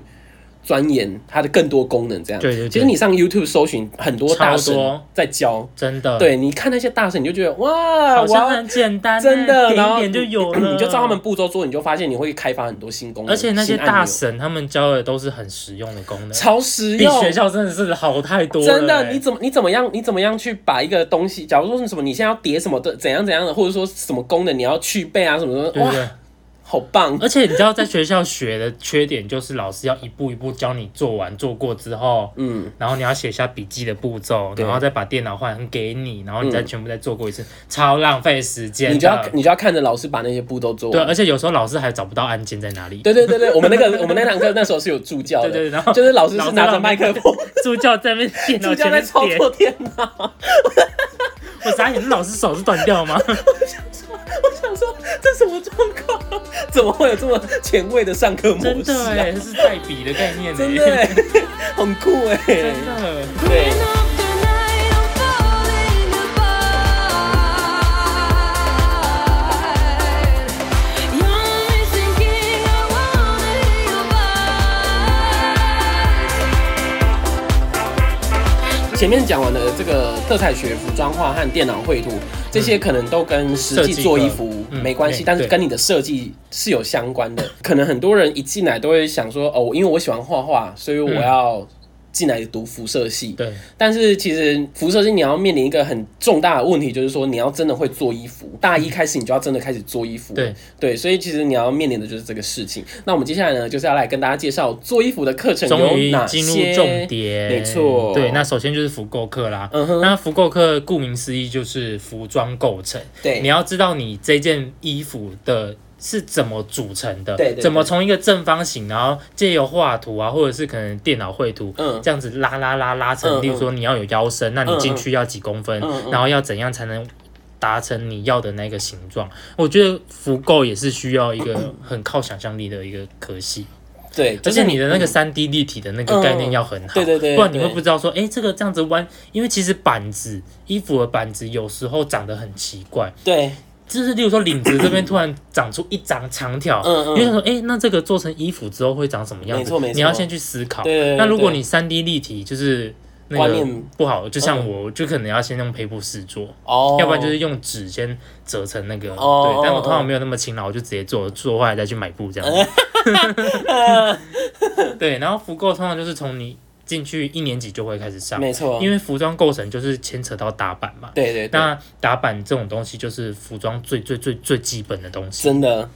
[SPEAKER 2] 钻研它的更多功能。这样，
[SPEAKER 1] 对对对
[SPEAKER 2] 其实你上 YouTube 搜寻很多大神
[SPEAKER 1] 超多
[SPEAKER 2] 在教，
[SPEAKER 1] 真的，，
[SPEAKER 2] 对，你看那些大神，你就觉得哇，
[SPEAKER 1] 好像
[SPEAKER 2] 哇
[SPEAKER 1] 很简单欸，
[SPEAKER 2] 真的然
[SPEAKER 1] 点
[SPEAKER 2] 后
[SPEAKER 1] 一点就有了，
[SPEAKER 2] 你就照他们步骤做，你就发现你会开发很多新功能，
[SPEAKER 1] 而且那些
[SPEAKER 2] 新按
[SPEAKER 1] 大
[SPEAKER 2] 钮
[SPEAKER 1] 神他们教的都是很实用的功能，
[SPEAKER 2] 超实
[SPEAKER 1] 比
[SPEAKER 2] 用，
[SPEAKER 1] 学校真的是好太多了、
[SPEAKER 2] 真的，
[SPEAKER 1] 欸
[SPEAKER 2] 你怎么你怎么样你怎么样去把一个东西，假如说是什么你现在要叠什么的怎样怎样的，或者说什么功能你要具备啊什么什
[SPEAKER 1] 对
[SPEAKER 2] 么，哇，
[SPEAKER 1] 不对？
[SPEAKER 2] 好棒！
[SPEAKER 1] 而且你知道在学校学的缺点就是老师要一步一步教你做完做过之后，
[SPEAKER 2] 嗯，
[SPEAKER 1] 然后你要写下笔记的步骤，
[SPEAKER 2] 对
[SPEAKER 1] 然后再把电脑换给你，然后你再全部再做过一次，超浪费时间
[SPEAKER 2] 你就要
[SPEAKER 1] 的。
[SPEAKER 2] 你就要看着老师把那些步都做
[SPEAKER 1] 对，
[SPEAKER 2] 完。
[SPEAKER 1] 而且有时候老师还找不到按键在哪里。
[SPEAKER 2] 对对对对，我们那个我们那堂课那时候是有助教的，
[SPEAKER 1] 对对对然后
[SPEAKER 2] 就是老师
[SPEAKER 1] 老
[SPEAKER 2] 是
[SPEAKER 1] 师
[SPEAKER 2] 拿
[SPEAKER 1] 让
[SPEAKER 2] 着
[SPEAKER 1] 我们
[SPEAKER 2] 麦克风，
[SPEAKER 1] 助教在那边 电
[SPEAKER 2] 助
[SPEAKER 1] 脑
[SPEAKER 2] 教
[SPEAKER 1] 前
[SPEAKER 2] 在
[SPEAKER 1] 面
[SPEAKER 2] 操
[SPEAKER 1] 点，
[SPEAKER 2] 作电脑。
[SPEAKER 1] 我傻眼，老师手是断掉吗？
[SPEAKER 2] 我想说这什么状况？ 怎么会有这么前卫的上课模
[SPEAKER 1] 真
[SPEAKER 2] 式
[SPEAKER 1] 的
[SPEAKER 2] 啊
[SPEAKER 1] 哎、？这是代笔的概念、欸，
[SPEAKER 2] 真的欸， 很酷哎！
[SPEAKER 1] 真的。
[SPEAKER 2] 对。
[SPEAKER 3] After night, I'm falling apart. You're missing, I wanna hear your voice.
[SPEAKER 2] 前面讲完的这个色彩学、服装画和电脑绘图，这些可能都跟实际做衣服
[SPEAKER 1] 嗯
[SPEAKER 2] 没关系
[SPEAKER 1] 嗯，
[SPEAKER 2] 但是
[SPEAKER 1] 对
[SPEAKER 2] 跟你的设计是有相关的。可能很多人一进来都会想说，哦，因为我喜欢画画，所以我要进来读辐射系。
[SPEAKER 1] 对，
[SPEAKER 2] 但是其实辐射系你要面临一个很重大的问题，就是说你要真的会做衣服。大一开始你就要真的开始做衣服。
[SPEAKER 1] 对
[SPEAKER 2] 对，所以其实你要面临的就是这个事情。那我们接下来呢，就是要来跟大家介绍做衣服的课程
[SPEAKER 1] 终于
[SPEAKER 2] 有哪些。
[SPEAKER 1] 进入重点，
[SPEAKER 2] 没错
[SPEAKER 1] 对，那首先就是服购课啦。
[SPEAKER 2] 嗯哼
[SPEAKER 1] 那服购课顾名思义就是服装构成，
[SPEAKER 2] 对
[SPEAKER 1] 你要知道你这件衣服的。是怎么组成的？
[SPEAKER 2] 对对对
[SPEAKER 1] 怎么从一个正方形，然后借由画图啊，或者是可能电脑绘图，
[SPEAKER 2] 嗯
[SPEAKER 1] 这样子拉拉拉拉成。
[SPEAKER 2] 嗯嗯
[SPEAKER 1] 例如说你要有腰身，那你进去要几公分，
[SPEAKER 2] 嗯嗯
[SPEAKER 1] 然后要怎样才能达成你要的那个形状？我觉得服购也是需要一个很靠想象力的一个科系。
[SPEAKER 2] 嗯对，
[SPEAKER 1] 而
[SPEAKER 2] 就是
[SPEAKER 1] 且你的那个三 D 立体的那个概念要很好，
[SPEAKER 2] 嗯对对对
[SPEAKER 1] 不然你会
[SPEAKER 2] 对
[SPEAKER 1] 不知道说，哎，这个这样子弯，因为其实板子衣服的板子有时候长得很奇怪，
[SPEAKER 2] 对。
[SPEAKER 1] 就是例如说领子这边突然长出一长长条，
[SPEAKER 2] 嗯嗯
[SPEAKER 1] 你就想说，哎，那这个做成衣服之后会长什么样子？
[SPEAKER 2] 没错没错
[SPEAKER 1] 你要先去思考。
[SPEAKER 2] 对对对
[SPEAKER 1] 那如果
[SPEAKER 2] 对
[SPEAKER 1] 你三 D 立体就是。那
[SPEAKER 2] 观
[SPEAKER 1] 个
[SPEAKER 2] 念
[SPEAKER 1] 不好，就像
[SPEAKER 2] 嗯
[SPEAKER 1] 我，我就可能要先用胚布试做，
[SPEAKER 2] 哦，
[SPEAKER 1] 要不然就是用纸先折成那个。
[SPEAKER 2] 哦
[SPEAKER 1] 对，但我
[SPEAKER 2] 哦嗯
[SPEAKER 1] 通常
[SPEAKER 2] 哦
[SPEAKER 1] 没有那么勤劳，我就直接做，做坏了再去买布这样子。 对，然后服购通常就是从你进去一年级就会开始上，
[SPEAKER 2] 没错，
[SPEAKER 1] 因
[SPEAKER 2] 为
[SPEAKER 1] 为服装构成就是牵扯到打板嘛。
[SPEAKER 2] 对对对，
[SPEAKER 1] 那打板这种东西就是服装最最最最基本的东西，
[SPEAKER 2] 真的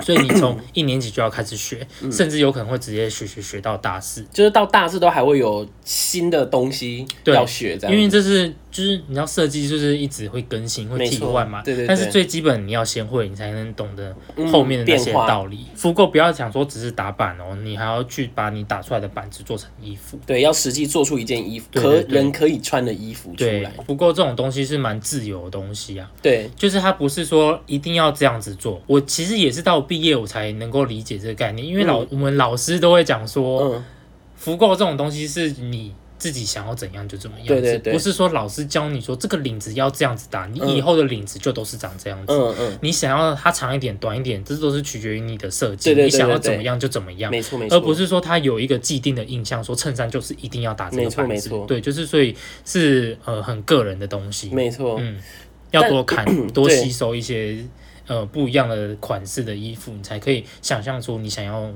[SPEAKER 1] 所以你 从一年级就要开始学，
[SPEAKER 2] 嗯
[SPEAKER 1] 甚至有可能会直接学学学到大四，
[SPEAKER 2] 就是到大四都还会有新的东西
[SPEAKER 1] 对
[SPEAKER 2] 要学，这
[SPEAKER 1] 因
[SPEAKER 2] 样
[SPEAKER 1] 为这是就是你要设计就是一直会更新会
[SPEAKER 2] 没
[SPEAKER 1] 替
[SPEAKER 2] 错
[SPEAKER 1] 换嘛，
[SPEAKER 2] 对对对
[SPEAKER 1] 但是最基本你要先会，你才能懂得
[SPEAKER 2] 嗯
[SPEAKER 1] 后面的那些
[SPEAKER 2] 变化
[SPEAKER 1] 道理。服购不要想说只是打板哦，你还要去把你打出来的板子做成衣服。
[SPEAKER 2] 对要实际做出一件衣服，
[SPEAKER 1] 对
[SPEAKER 2] 可
[SPEAKER 1] 对对
[SPEAKER 2] 人可以穿的衣服出
[SPEAKER 1] 对
[SPEAKER 2] 来，，
[SPEAKER 1] 不过这种东西是蛮自由的东西啊，
[SPEAKER 2] 对
[SPEAKER 1] 就是它不是说一定要这样子做。我其实也是到毕业我才能够理解这个概念，因为老、
[SPEAKER 2] 嗯
[SPEAKER 1] 我们老师都会讲说，
[SPEAKER 2] 嗯，
[SPEAKER 1] 服购这种东西是你。自己想要怎样就怎么样子，
[SPEAKER 2] 对对对
[SPEAKER 1] 不是说老师教你说这个领子要这样子打，你
[SPEAKER 2] 嗯
[SPEAKER 1] 以后的领子就都是长这样子。
[SPEAKER 2] 嗯嗯，
[SPEAKER 1] 你想要它长一点、短一点，这都是取决于你的设计。
[SPEAKER 2] 对对对
[SPEAKER 1] 你想要
[SPEAKER 2] 对对
[SPEAKER 1] 怎么样就怎么样。
[SPEAKER 2] 没错没错，
[SPEAKER 1] 而不是说他有一个既定的印象，说衬衫就是一定要打这
[SPEAKER 2] 没
[SPEAKER 1] 个
[SPEAKER 2] 错
[SPEAKER 1] 版
[SPEAKER 2] 没
[SPEAKER 1] 子
[SPEAKER 2] 错，
[SPEAKER 1] 对，就是所以是呃很个人的东西，
[SPEAKER 2] 没错，
[SPEAKER 1] 嗯，要
[SPEAKER 2] 但
[SPEAKER 1] 多看多
[SPEAKER 2] 对
[SPEAKER 1] 吸收一些呃不一样的款式的衣服，你才可以想象出你想要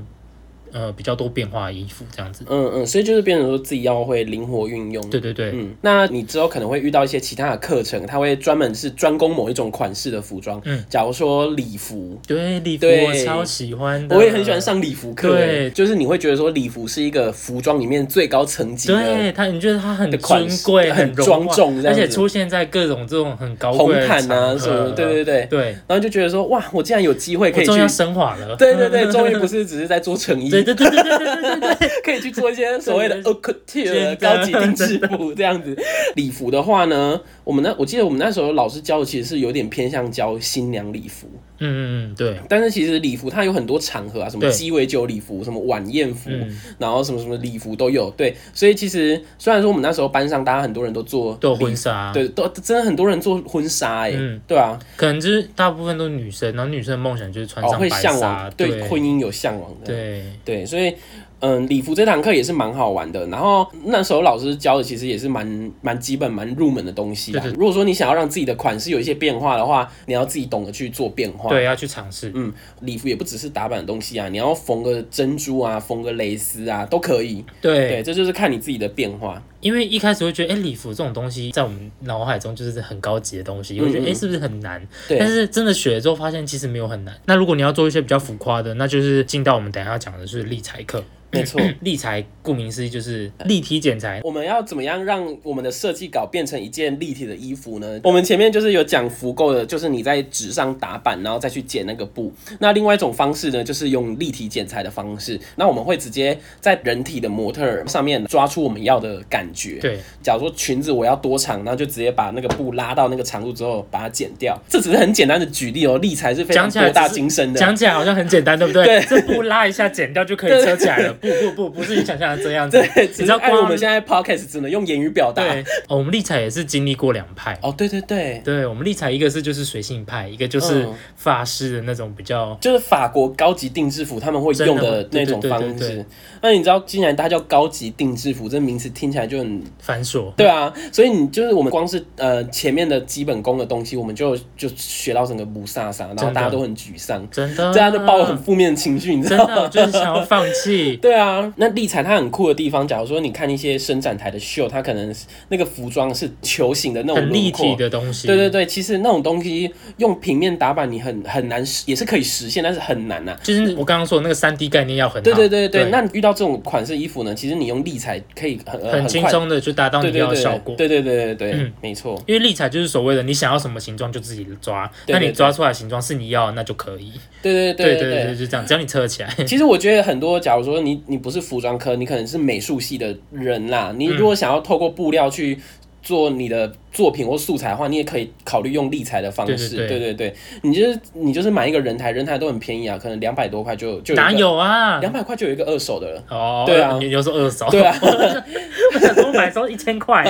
[SPEAKER 1] 呃比较多变化的衣服这样子，
[SPEAKER 2] 嗯嗯，所以就是变成说自己要会灵活运用，
[SPEAKER 1] 对对对，
[SPEAKER 2] 嗯，那你之后可能会遇到一些其他的课程，它会专门是专攻某一种款式的服装，
[SPEAKER 1] 嗯，
[SPEAKER 2] 假如说礼服，
[SPEAKER 1] 对礼服
[SPEAKER 2] 对
[SPEAKER 1] 我超喜欢的，
[SPEAKER 2] 我也很喜欢，上礼服课，欸
[SPEAKER 1] 对
[SPEAKER 2] 就是你会觉得说礼服是一个服装里面最高层级
[SPEAKER 1] 对
[SPEAKER 2] 的，
[SPEAKER 1] 它，你觉得它很
[SPEAKER 2] 的款
[SPEAKER 1] 尊
[SPEAKER 2] 式
[SPEAKER 1] 贵、
[SPEAKER 2] 很
[SPEAKER 1] 荣
[SPEAKER 2] 庄
[SPEAKER 1] 华
[SPEAKER 2] 重这
[SPEAKER 1] 而
[SPEAKER 2] 样
[SPEAKER 1] 且
[SPEAKER 2] 子
[SPEAKER 1] 出现在各种这种很高
[SPEAKER 2] 红
[SPEAKER 1] 贵的
[SPEAKER 2] 毯啊
[SPEAKER 1] 场
[SPEAKER 2] 什么
[SPEAKER 1] 合
[SPEAKER 2] 的，对对对
[SPEAKER 1] 对，
[SPEAKER 2] 然后就觉得说哇，我竟然有机会可
[SPEAKER 1] 我
[SPEAKER 2] 以
[SPEAKER 1] 终于要
[SPEAKER 2] 去。
[SPEAKER 1] 升华了，
[SPEAKER 2] 对 对 对，终于不是只是在做成衣，
[SPEAKER 1] 对对对对 对对对对对，
[SPEAKER 2] 可以去做一些所谓的
[SPEAKER 1] 真
[SPEAKER 2] o c t u
[SPEAKER 1] 真的
[SPEAKER 2] r 高级定制服这样子。礼服的话呢，我们那我记得我们那时候老师教的其实是有点偏向教新娘礼服，
[SPEAKER 1] 嗯嗯嗯，对，
[SPEAKER 2] 但是其实礼服它有很多场合啊，什么
[SPEAKER 1] 对
[SPEAKER 2] 鸡尾酒礼服、什么晚宴服，
[SPEAKER 1] 嗯
[SPEAKER 2] 然后什么什么礼服都有。对，所以其实虽然说我们那时候班上大家很多人都做
[SPEAKER 1] 都有
[SPEAKER 2] 礼
[SPEAKER 1] 婚纱，
[SPEAKER 2] 对，都真的很多人做婚纱哎、
[SPEAKER 1] 嗯
[SPEAKER 2] 对啊，
[SPEAKER 1] 可能就是大部分都是女生，然后女生的梦想就是穿
[SPEAKER 2] 哦
[SPEAKER 1] 上
[SPEAKER 2] 会
[SPEAKER 1] 白
[SPEAKER 2] 向
[SPEAKER 1] 纱，
[SPEAKER 2] 往
[SPEAKER 1] 对
[SPEAKER 2] 对婚姻有向往的，
[SPEAKER 1] 对
[SPEAKER 2] 对，所以嗯，礼服这堂课也是蛮好玩的。然后那时候老师教的其实也是蛮蛮基本、蛮入门的东西啦
[SPEAKER 1] 对。对
[SPEAKER 2] 如果说你想要让自己的款式有一些变化的话，你要自己懂得去做变化。
[SPEAKER 1] 对，要去尝试。
[SPEAKER 2] 嗯，礼服也不只是打版的东西啊，你要缝个珍珠啊，缝个蕾丝啊，都可以。对，
[SPEAKER 1] 对，
[SPEAKER 2] 这就是看你自己的变化。
[SPEAKER 1] 因为一开始会觉得，哎、礼服这种东西在我们脑海中就是很高级的东西，会觉得，
[SPEAKER 2] 嗯嗯
[SPEAKER 1] 哎、是不是很难？
[SPEAKER 2] 对，
[SPEAKER 1] 但是真的学了之后，发现其实没有很难。那如果你要做一些比较浮夸的，那就是进到我们等一下要讲的是立裁课。
[SPEAKER 2] 没 错。
[SPEAKER 1] 立裁顾名思义就是立体剪裁，
[SPEAKER 2] 我们要怎么样让我们的设计稿变成一件立体的衣服呢？我们前面就是有讲浮构的，就是你在纸上打板，然后再去剪那个布。那另外一种方式呢，就是用立体剪裁的方式。那我们会直接在人体的模特儿上面抓出我们要的感觉。，
[SPEAKER 1] 对，
[SPEAKER 2] 假如说裙子我要多长，那就直接把那个布拉到那个长度之后把它剪掉。这只是很简单的举例哦，立裁是非常
[SPEAKER 1] 讲起来
[SPEAKER 2] 博大
[SPEAKER 1] 只是
[SPEAKER 2] 精深的。
[SPEAKER 1] 讲起来好像很简单，对不对？
[SPEAKER 2] 对
[SPEAKER 1] 这布拉一下剪掉就可以
[SPEAKER 2] 对
[SPEAKER 1] 遮起 来了。不不不，不是你想象的这样子。
[SPEAKER 2] 对，
[SPEAKER 1] 你
[SPEAKER 2] 只
[SPEAKER 1] 知
[SPEAKER 2] 是
[SPEAKER 1] 道
[SPEAKER 2] 按我
[SPEAKER 1] 光
[SPEAKER 2] 们现在 podcast 只能用言语表达。
[SPEAKER 1] 对、哦，我们立裁也是经历过两派。
[SPEAKER 2] 哦，对对对，
[SPEAKER 1] 对我们立裁，一个是就是随性派，一个就是
[SPEAKER 2] 嗯
[SPEAKER 1] 法式的那种比较。
[SPEAKER 2] 就是法国高级定制服他们会用的那种方
[SPEAKER 1] 真的会对对对
[SPEAKER 2] 式
[SPEAKER 1] 对。
[SPEAKER 2] 那你知道，既然它叫高级定制服，这名词听起来就很
[SPEAKER 1] 繁琐，
[SPEAKER 2] 对啊，所以你就是我们光是呃前面的基本功的东西，我们就就学到整个不飒飒，然后
[SPEAKER 1] 真的
[SPEAKER 2] 大家都很沮丧，
[SPEAKER 1] 真的，
[SPEAKER 2] 大家就抱有很负面的情绪，你知
[SPEAKER 1] 真
[SPEAKER 2] 道
[SPEAKER 1] 的啊
[SPEAKER 2] 吗？。
[SPEAKER 1] 就是想要放弃
[SPEAKER 2] 对啊，那立彩它很酷的地方，假如说你看一些伸展台的秀，它可能是那个服装是球形的那种
[SPEAKER 1] 很立
[SPEAKER 2] 轮廓
[SPEAKER 1] 体的东西，
[SPEAKER 2] 对对，对，其实那种东西用平面打板你很很难实，也是可以实现，但是很难呐、啊
[SPEAKER 1] 就是我刚刚说的那个三 D 概念要很好，
[SPEAKER 2] 对对对对，
[SPEAKER 1] 对，
[SPEAKER 2] 那你遇到这种款式衣服呢，其实你用立裁可以很呃
[SPEAKER 1] 很
[SPEAKER 2] 快
[SPEAKER 1] 轻，松的就达到
[SPEAKER 2] 对
[SPEAKER 1] 你
[SPEAKER 2] 对
[SPEAKER 1] 要的
[SPEAKER 2] 对，
[SPEAKER 1] 效果。
[SPEAKER 2] 对对对对对，
[SPEAKER 1] 嗯
[SPEAKER 2] 没错。
[SPEAKER 1] 因为立裁就是所谓的你想要什么形状就自己抓，
[SPEAKER 2] 对
[SPEAKER 1] 那
[SPEAKER 2] 对
[SPEAKER 1] 你
[SPEAKER 2] 对
[SPEAKER 1] 抓出来的形状是你要的，那就可以。
[SPEAKER 2] 对对
[SPEAKER 1] 对
[SPEAKER 2] 对
[SPEAKER 1] 对，就这样，只要你 扯起来。
[SPEAKER 2] 其实我觉得很多，假如说你你不是服装科，你可能是美术系的人啦，你如果想要透过布料去。做你的作品或素材的话，你也可以考虑用立裁的方式。
[SPEAKER 1] 对对
[SPEAKER 2] 对对你就是你就是买一个人台，人台都很便宜啊，可能两百多块就就
[SPEAKER 1] 哪有啊？
[SPEAKER 2] 两百块就有一个二手的了。
[SPEAKER 1] 哦，
[SPEAKER 2] 对啊
[SPEAKER 1] 你又说二手，
[SPEAKER 2] 对 啊
[SPEAKER 1] 哦我想说我买的时候一千块，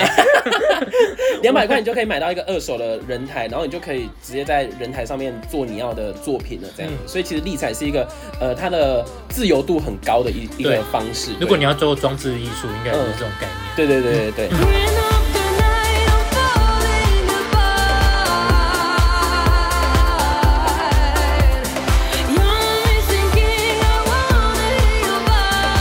[SPEAKER 2] 两百块你就可以买到一个二手的人台，然后你就可以直接在人台上面做你要的作品了，这样。
[SPEAKER 1] 嗯
[SPEAKER 2] 所以其实立彩是一个呃，它的自由度很高的一一
[SPEAKER 1] 对
[SPEAKER 2] 个方式。
[SPEAKER 1] 如果
[SPEAKER 2] 对
[SPEAKER 1] 你要嗯做装置艺术，应该也是这种概念。
[SPEAKER 2] 对对对对对，
[SPEAKER 3] Rain of the night, I'm falling apart. You're missing, I wanna hear your voice.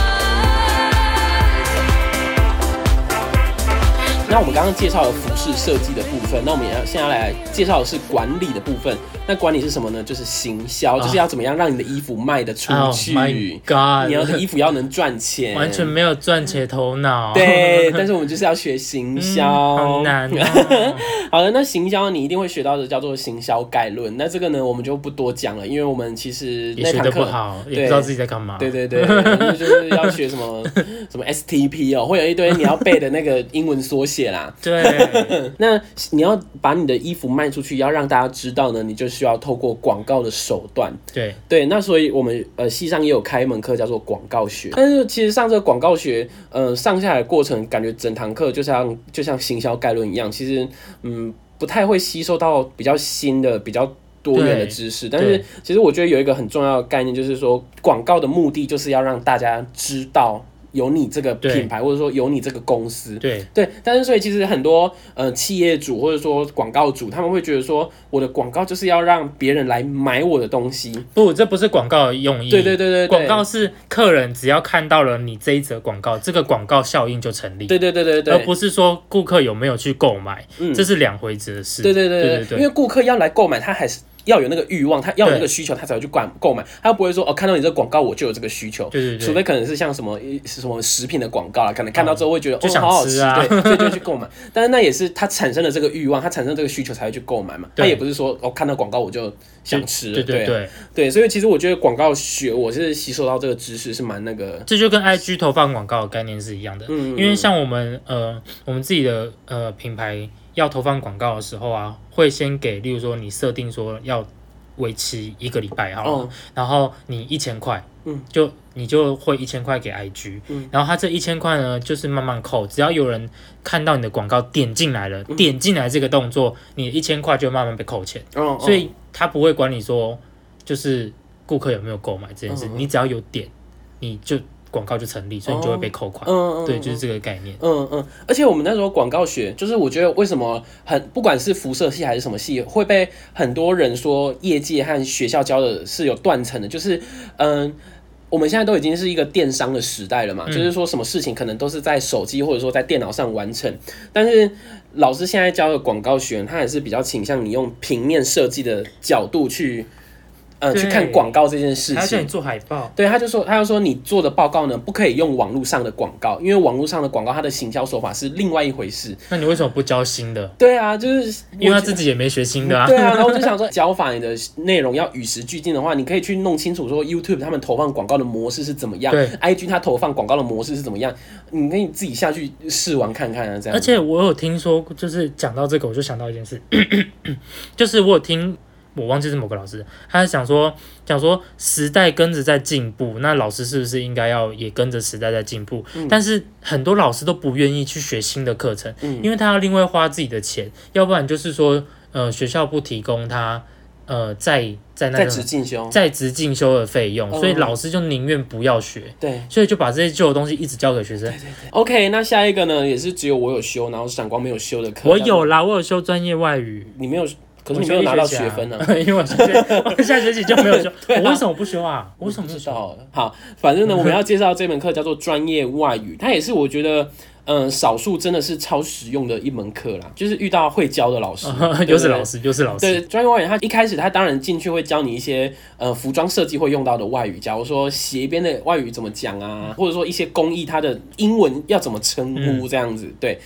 [SPEAKER 2] 那我们刚刚介绍了服饰设计的部分，那我们也要现在来介绍的是管理的部分。那管理是什么呢？就是行销，就是要怎么样让你的衣服卖得出
[SPEAKER 1] 啊 Oh
[SPEAKER 2] 去。
[SPEAKER 1] my
[SPEAKER 2] 你要
[SPEAKER 1] god！
[SPEAKER 2] 的衣服要能赚钱，
[SPEAKER 1] 完全没有赚钱头脑，
[SPEAKER 2] 对，但是我们就是要学行销、
[SPEAKER 1] 嗯好难哦
[SPEAKER 2] 好的，那行销你一定会学到的叫做行销概论。那这个呢，我们就不多讲了，因为我们其实
[SPEAKER 1] 也
[SPEAKER 2] 那
[SPEAKER 1] 学
[SPEAKER 2] 堂
[SPEAKER 1] 得不
[SPEAKER 2] 课
[SPEAKER 1] 好，也
[SPEAKER 2] 对
[SPEAKER 1] 不知道自己在干嘛。
[SPEAKER 2] 对对对，那就是要学什么什么 STP 哦，会有一堆你要背的那个英文缩写啦。
[SPEAKER 1] 对，
[SPEAKER 2] 那你要把你的衣服卖出去，要让大家知道呢，你就需要透过广告的手段。
[SPEAKER 1] 对，
[SPEAKER 2] 对，那所以我们呃系上也有开一门课叫做广告学，但是其实上这个广告学，呃上下来的过程，感觉整堂课就像就像行销概论一样，其实嗯不太会吸收到比较新的比较。多元的
[SPEAKER 1] 对
[SPEAKER 2] 知识，但是
[SPEAKER 1] 对
[SPEAKER 2] 其实我觉得有一个很重要的概念，就是说广告的目的就是要让大家知道有你这个
[SPEAKER 1] 对
[SPEAKER 2] 品牌，或者说有你这个公司。
[SPEAKER 1] 对，
[SPEAKER 2] 对，但是所以其实很多呃企业主或者说广告主，他们会觉得说我的广告就是要让别人来买我的东西，
[SPEAKER 1] 不，这不是广告的用意。
[SPEAKER 2] 对对对对对
[SPEAKER 1] 广告是客人只要看到了你这一则广告，这个广告效应就成立，
[SPEAKER 2] 对对对对对，
[SPEAKER 1] 而不是说顾客有没有去购买，
[SPEAKER 2] 嗯
[SPEAKER 1] 这是两回子的事。
[SPEAKER 2] 对对对
[SPEAKER 1] 对
[SPEAKER 2] 对因为顾客要来购买，他还是要有那个欲望，他要有那个
[SPEAKER 1] 对
[SPEAKER 2] 需求，他才会去购购买，他不会说哦，看到你这个广告我就有这个需求。
[SPEAKER 1] 对对对
[SPEAKER 2] 除非可能是像什么什么食品的广告啦，可能看到之后会觉得、
[SPEAKER 1] 就
[SPEAKER 2] 哦
[SPEAKER 1] 想
[SPEAKER 2] 好好
[SPEAKER 1] 吃啊
[SPEAKER 2] 对，所以就会去购买。但是那也是他产生了这个欲望，他产生这个需求才会去购买嘛。他
[SPEAKER 1] 对
[SPEAKER 2] 也不是说哦看到广告我就想吃了，
[SPEAKER 1] 对对
[SPEAKER 2] 对啊
[SPEAKER 1] 对，
[SPEAKER 2] 对所以其实我觉得广告学我是吸收到这个知识是蛮那个，
[SPEAKER 1] 这就跟 IG 投放广告的概念是一样的。
[SPEAKER 2] 嗯
[SPEAKER 1] 因为像我们呃，我们自己的呃品牌要投放广告的时候啊，会先给，例如说你设定说要为期一个礼拜好了，
[SPEAKER 2] 哦
[SPEAKER 1] 然后你一千块，
[SPEAKER 2] 嗯，
[SPEAKER 1] 就你就会一千块给 IG，
[SPEAKER 2] 嗯
[SPEAKER 1] 然后他这一千块呢，就是慢慢扣，只要有人看到你的广告点进来
[SPEAKER 2] 嗯
[SPEAKER 1] 了，点进来这个动作，你一千块就慢慢被扣钱。
[SPEAKER 2] 哦，哦
[SPEAKER 1] 所以他不会管你说就是顾客有没有购买这件事，
[SPEAKER 2] 嗯嗯
[SPEAKER 1] 你只要有点，你就广告就成立，所以你就会被扣款。
[SPEAKER 2] 嗯嗯
[SPEAKER 1] 对，就是这个概念。
[SPEAKER 2] 嗯嗯，而且我们那时候广告学，就是我觉得为什么很不管是辐射系还是什么系，会被很多人说业界和学校教的是有断层的，就是嗯。我们现在都已经是一个电商的时代了
[SPEAKER 1] 嗯
[SPEAKER 2] 嘛，就是说什么事情可能都是在手机或者说在电脑上完成，但是老师现在教的广告学，他还是比较倾向你用平面设计的角度去，呃，去看
[SPEAKER 1] 对
[SPEAKER 2] 广告这件事
[SPEAKER 1] 还要叫
[SPEAKER 2] 情
[SPEAKER 1] 你。做海报，
[SPEAKER 2] 对，他就说，他就说你做的报告呢，不可以用网络上的广告，因为网络上的广告它的行销手法是另外一回事。
[SPEAKER 1] 那你为什么不教新的？
[SPEAKER 2] 对啊，就是
[SPEAKER 1] 因为
[SPEAKER 2] 我
[SPEAKER 1] 他
[SPEAKER 2] 觉
[SPEAKER 1] 自己也没学新的啊。
[SPEAKER 2] 对啊，然后我就想说，教法你的内容要与时俱进的话，你可以去弄清楚说 YouTube 他们投放广告的模式是怎么样
[SPEAKER 1] 对
[SPEAKER 2] ，IG 它投放广告的模式是怎么样，你可以自己下去试玩看看啊，这样。
[SPEAKER 1] 而且我有听说，就是讲到这个，我就想到一件事， 就是我有听，我忘记是某个老师，他想说，讲说时代跟着在进步，那老师是不是应该要也跟着时代在进步？但是很多老师都不愿意去学新的课程，
[SPEAKER 2] 嗯
[SPEAKER 1] 因为他要另外花自己的钱，要不然就是说，呃，学校不提供他，呃，在在那
[SPEAKER 2] 在
[SPEAKER 1] 个
[SPEAKER 2] 职进修，
[SPEAKER 1] 在职进修的费用，所以
[SPEAKER 2] 嗯
[SPEAKER 1] 老师就宁愿不要学。
[SPEAKER 2] 对
[SPEAKER 1] 所以就把这些旧的东西一直交给学生。
[SPEAKER 2] ，OK，那下一个呢，也是只有我有修，然后闪光没有修的课。
[SPEAKER 1] 我有，啦，我有修专业外语，
[SPEAKER 2] 你没有，可是
[SPEAKER 1] 我
[SPEAKER 2] 你没有拿到
[SPEAKER 1] 修一
[SPEAKER 2] 学
[SPEAKER 1] 学
[SPEAKER 2] 分
[SPEAKER 1] 呢、
[SPEAKER 2] 啊。
[SPEAKER 1] 因为我学我下学期就没 有修。我为什么不修啊？我为什么
[SPEAKER 2] 不
[SPEAKER 1] 不
[SPEAKER 2] 知
[SPEAKER 1] 修？，
[SPEAKER 2] 道？好，反正呢，我们要介绍这门课叫做专业外语，它也是我觉得。嗯，少数真的是超实用的一门课啦，就是遇到会教的老师 对
[SPEAKER 1] 又是老。师，又是老
[SPEAKER 2] 对对，
[SPEAKER 1] 师。
[SPEAKER 2] 专业外语它一开始它当然进去会教你一些呃服装设计会用到的外语，假如说斜边的外语怎么讲
[SPEAKER 1] 嗯
[SPEAKER 2] 啊，或者说一些工艺它的英文要怎么称呼这样子，对，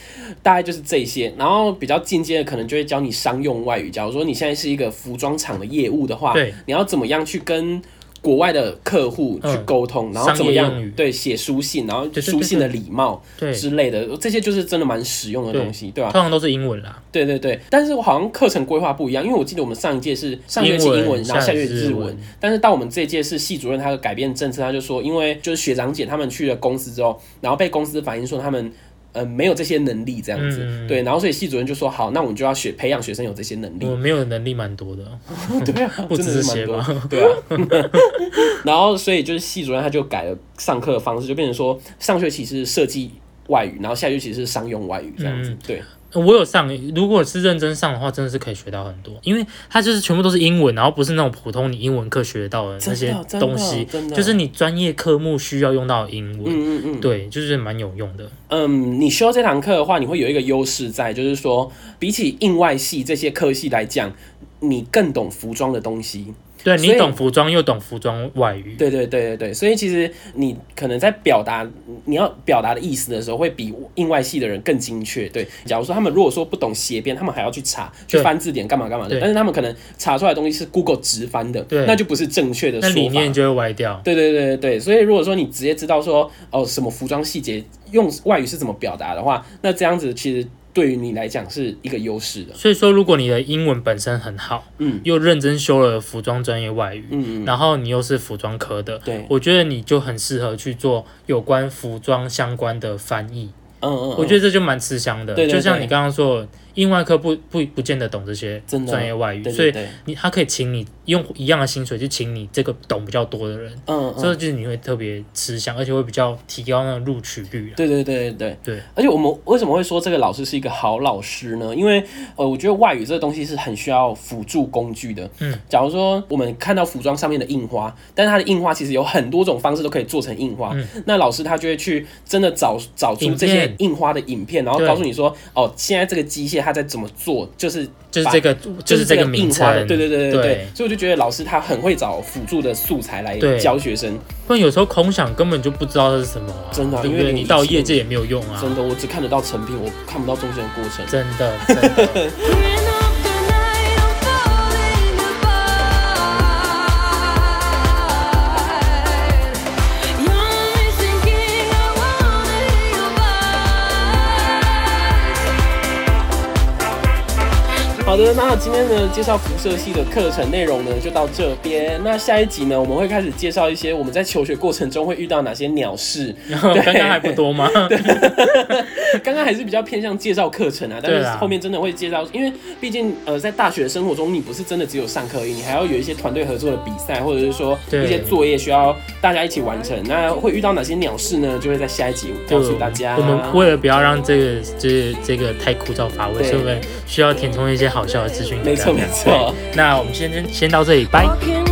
[SPEAKER 2] 大概就是这些。然后比较进阶的可能就会教你商用外语，假如说你现在是一个服装厂的业务的话，
[SPEAKER 1] 对，
[SPEAKER 2] 你要怎么样去跟国外的客户去
[SPEAKER 1] 嗯
[SPEAKER 2] 沟通，然后怎么
[SPEAKER 1] 商业用语
[SPEAKER 2] 样对写书信，然后
[SPEAKER 1] 对对
[SPEAKER 2] 书信的礼貌
[SPEAKER 1] 对，
[SPEAKER 2] 之类的，这些就是真的蛮实用的东西，对吧、
[SPEAKER 1] 通常都是英文啦。
[SPEAKER 2] 对对对，但是我好像课程规划不一样，因为我记得我们上一届是上学期英
[SPEAKER 1] 英
[SPEAKER 2] 文，
[SPEAKER 1] 文
[SPEAKER 2] 然后下学期
[SPEAKER 1] 下学期
[SPEAKER 2] 日
[SPEAKER 1] 日
[SPEAKER 2] 文
[SPEAKER 1] 文，
[SPEAKER 2] 但是到我们这一届是系主任他改变政策，他就说，因为就是学长姐他们去了公司之后，然后被公司反映说他们。呃，没有这些能力这样子，
[SPEAKER 1] 嗯
[SPEAKER 2] 对，然后所以系主任就说好，那我们就要学培养学生有这些能力。
[SPEAKER 1] 我没有的能力蛮多的，
[SPEAKER 2] 对啊，
[SPEAKER 1] 嗯不
[SPEAKER 2] 真
[SPEAKER 1] 只
[SPEAKER 2] 的
[SPEAKER 1] 是
[SPEAKER 2] 蛮
[SPEAKER 1] 写
[SPEAKER 2] 多
[SPEAKER 1] 吧，
[SPEAKER 2] 对啊。然后所以就是系主任他就改了上课的方式，就变成说上学期是设计外语，然后下学期是商用外语这样子。
[SPEAKER 1] 嗯
[SPEAKER 2] 对，
[SPEAKER 1] 我有上，如果是认真上的话，真的是可以学到很多，因为它就是全部都是英文，然后不是那种普通你英文课学到的那些
[SPEAKER 2] 真的真的
[SPEAKER 1] 东西
[SPEAKER 2] 真，的
[SPEAKER 1] 就是你专业科目需要用到的英文，
[SPEAKER 2] 嗯嗯嗯，
[SPEAKER 1] 对，就是蛮有用的。
[SPEAKER 2] 嗯，你修这堂课的话，你会有一个优势在，就是说比起应外系这些科系来讲，你更懂服装的东西。
[SPEAKER 1] 对
[SPEAKER 2] 所
[SPEAKER 1] 你
[SPEAKER 2] 以
[SPEAKER 1] 懂服装又懂服装外语，
[SPEAKER 2] 对对对对对，所以其实你可能在表达你要表达的意思的时候，会比应外系的人更精确。对，假如说他们如果说不懂斜边，他们还要去查去
[SPEAKER 1] 对
[SPEAKER 2] 翻字典干嘛干嘛的，
[SPEAKER 1] 对
[SPEAKER 2] 但是他们可能查出来的东西是 Google 直翻的，
[SPEAKER 1] 对
[SPEAKER 2] 那就不是正确的
[SPEAKER 1] 那理
[SPEAKER 2] 说法。
[SPEAKER 1] 念就会歪掉。
[SPEAKER 2] 对对对对对，所以如果说你直接知道说哦什么服装细节用外语是怎么表达的话，那这样子其实对于你来讲是一个优势的。
[SPEAKER 1] 所以说，如果你的英文本身很好，
[SPEAKER 2] 嗯
[SPEAKER 1] 又认真修了服装专业外语，
[SPEAKER 2] 嗯嗯，
[SPEAKER 1] 然后你又是服装科的，
[SPEAKER 2] 对，
[SPEAKER 1] 我觉得你就很适合去做有关服装相关的翻译。
[SPEAKER 2] 嗯嗯，
[SPEAKER 1] 我觉得这就蛮吃香的。
[SPEAKER 2] 对对
[SPEAKER 1] 就像
[SPEAKER 2] 对
[SPEAKER 1] 你刚刚说，英外科不不不见得懂这些
[SPEAKER 2] 真的
[SPEAKER 1] 专业外语，
[SPEAKER 2] 嗯对
[SPEAKER 1] 所
[SPEAKER 2] 对
[SPEAKER 1] 以
[SPEAKER 2] 对，
[SPEAKER 1] 你他可以请你用一样的薪水去请你这个懂比较多的人，
[SPEAKER 2] 嗯
[SPEAKER 1] 这
[SPEAKER 2] 嗯，
[SPEAKER 1] 就是你会特别吃香，而且会比较提高那个录取率啊。
[SPEAKER 2] 对对对对
[SPEAKER 1] 对。
[SPEAKER 2] 而且我们为什么会说这个老师是一个好老师呢？因为呃，我觉得外语这个东西是很需要辅助工具的。
[SPEAKER 1] 嗯，
[SPEAKER 2] 假如说我们看到服装上面的印花，但是它的印花其实有很多种方式都可以做成印花。
[SPEAKER 1] 嗯
[SPEAKER 2] 那老师他就会去真的找找出
[SPEAKER 1] 影
[SPEAKER 2] 这些
[SPEAKER 1] 片
[SPEAKER 2] 印花的影片，然后
[SPEAKER 1] 对
[SPEAKER 2] 告诉你说，哦，现在这个机械它在怎么做，就是
[SPEAKER 1] 就是
[SPEAKER 2] 把
[SPEAKER 1] 这个，就是这个名
[SPEAKER 2] 印花的。
[SPEAKER 1] 称，
[SPEAKER 2] 对对对对
[SPEAKER 1] 对
[SPEAKER 2] 对。所以我就觉得老师他很会找辅助的素材来
[SPEAKER 1] 对
[SPEAKER 2] 教学生。
[SPEAKER 1] 不然有时候空想根本就不知道它是什么、啊，
[SPEAKER 2] 真的啊
[SPEAKER 1] 对不
[SPEAKER 2] 因为
[SPEAKER 1] 对？
[SPEAKER 2] 你
[SPEAKER 1] 你到业界也没有用啊，
[SPEAKER 2] 真的，我只看得到成品，我看不到中间的过程。
[SPEAKER 1] 真的，真 的
[SPEAKER 3] Ran off the night, I'm falling apart. You're only thinking I wanna hear your voice.
[SPEAKER 2] 好好的，那今天呢介绍辐射系的课程内容呢就到这边。那下一集呢我们会开始介绍一些我们在求学过程中会遇到哪些鸟事。
[SPEAKER 1] 然后刚刚还不多吗？
[SPEAKER 2] 刚刚还是比较偏向介绍课程啊，但
[SPEAKER 1] 对
[SPEAKER 2] 是
[SPEAKER 1] 啦
[SPEAKER 2] 后面真的会介绍，因为毕竟呃，在大学生活中，你不是真的只有上课而已，你还要有一些团队合作的比赛，或者是说
[SPEAKER 1] 对
[SPEAKER 2] 一些作业需要大家一起完成。那会遇到哪些鸟事呢？就会在下一集告诉大家。啊
[SPEAKER 1] 我们为了不要让这个这这个太枯燥乏味，
[SPEAKER 2] 对
[SPEAKER 1] 所以我们需要填充一些好笑的资讯给
[SPEAKER 2] 没
[SPEAKER 1] 大家。
[SPEAKER 2] 错没错
[SPEAKER 1] 对那我们先先到这里，拜。
[SPEAKER 3] Walking Oh, Oh.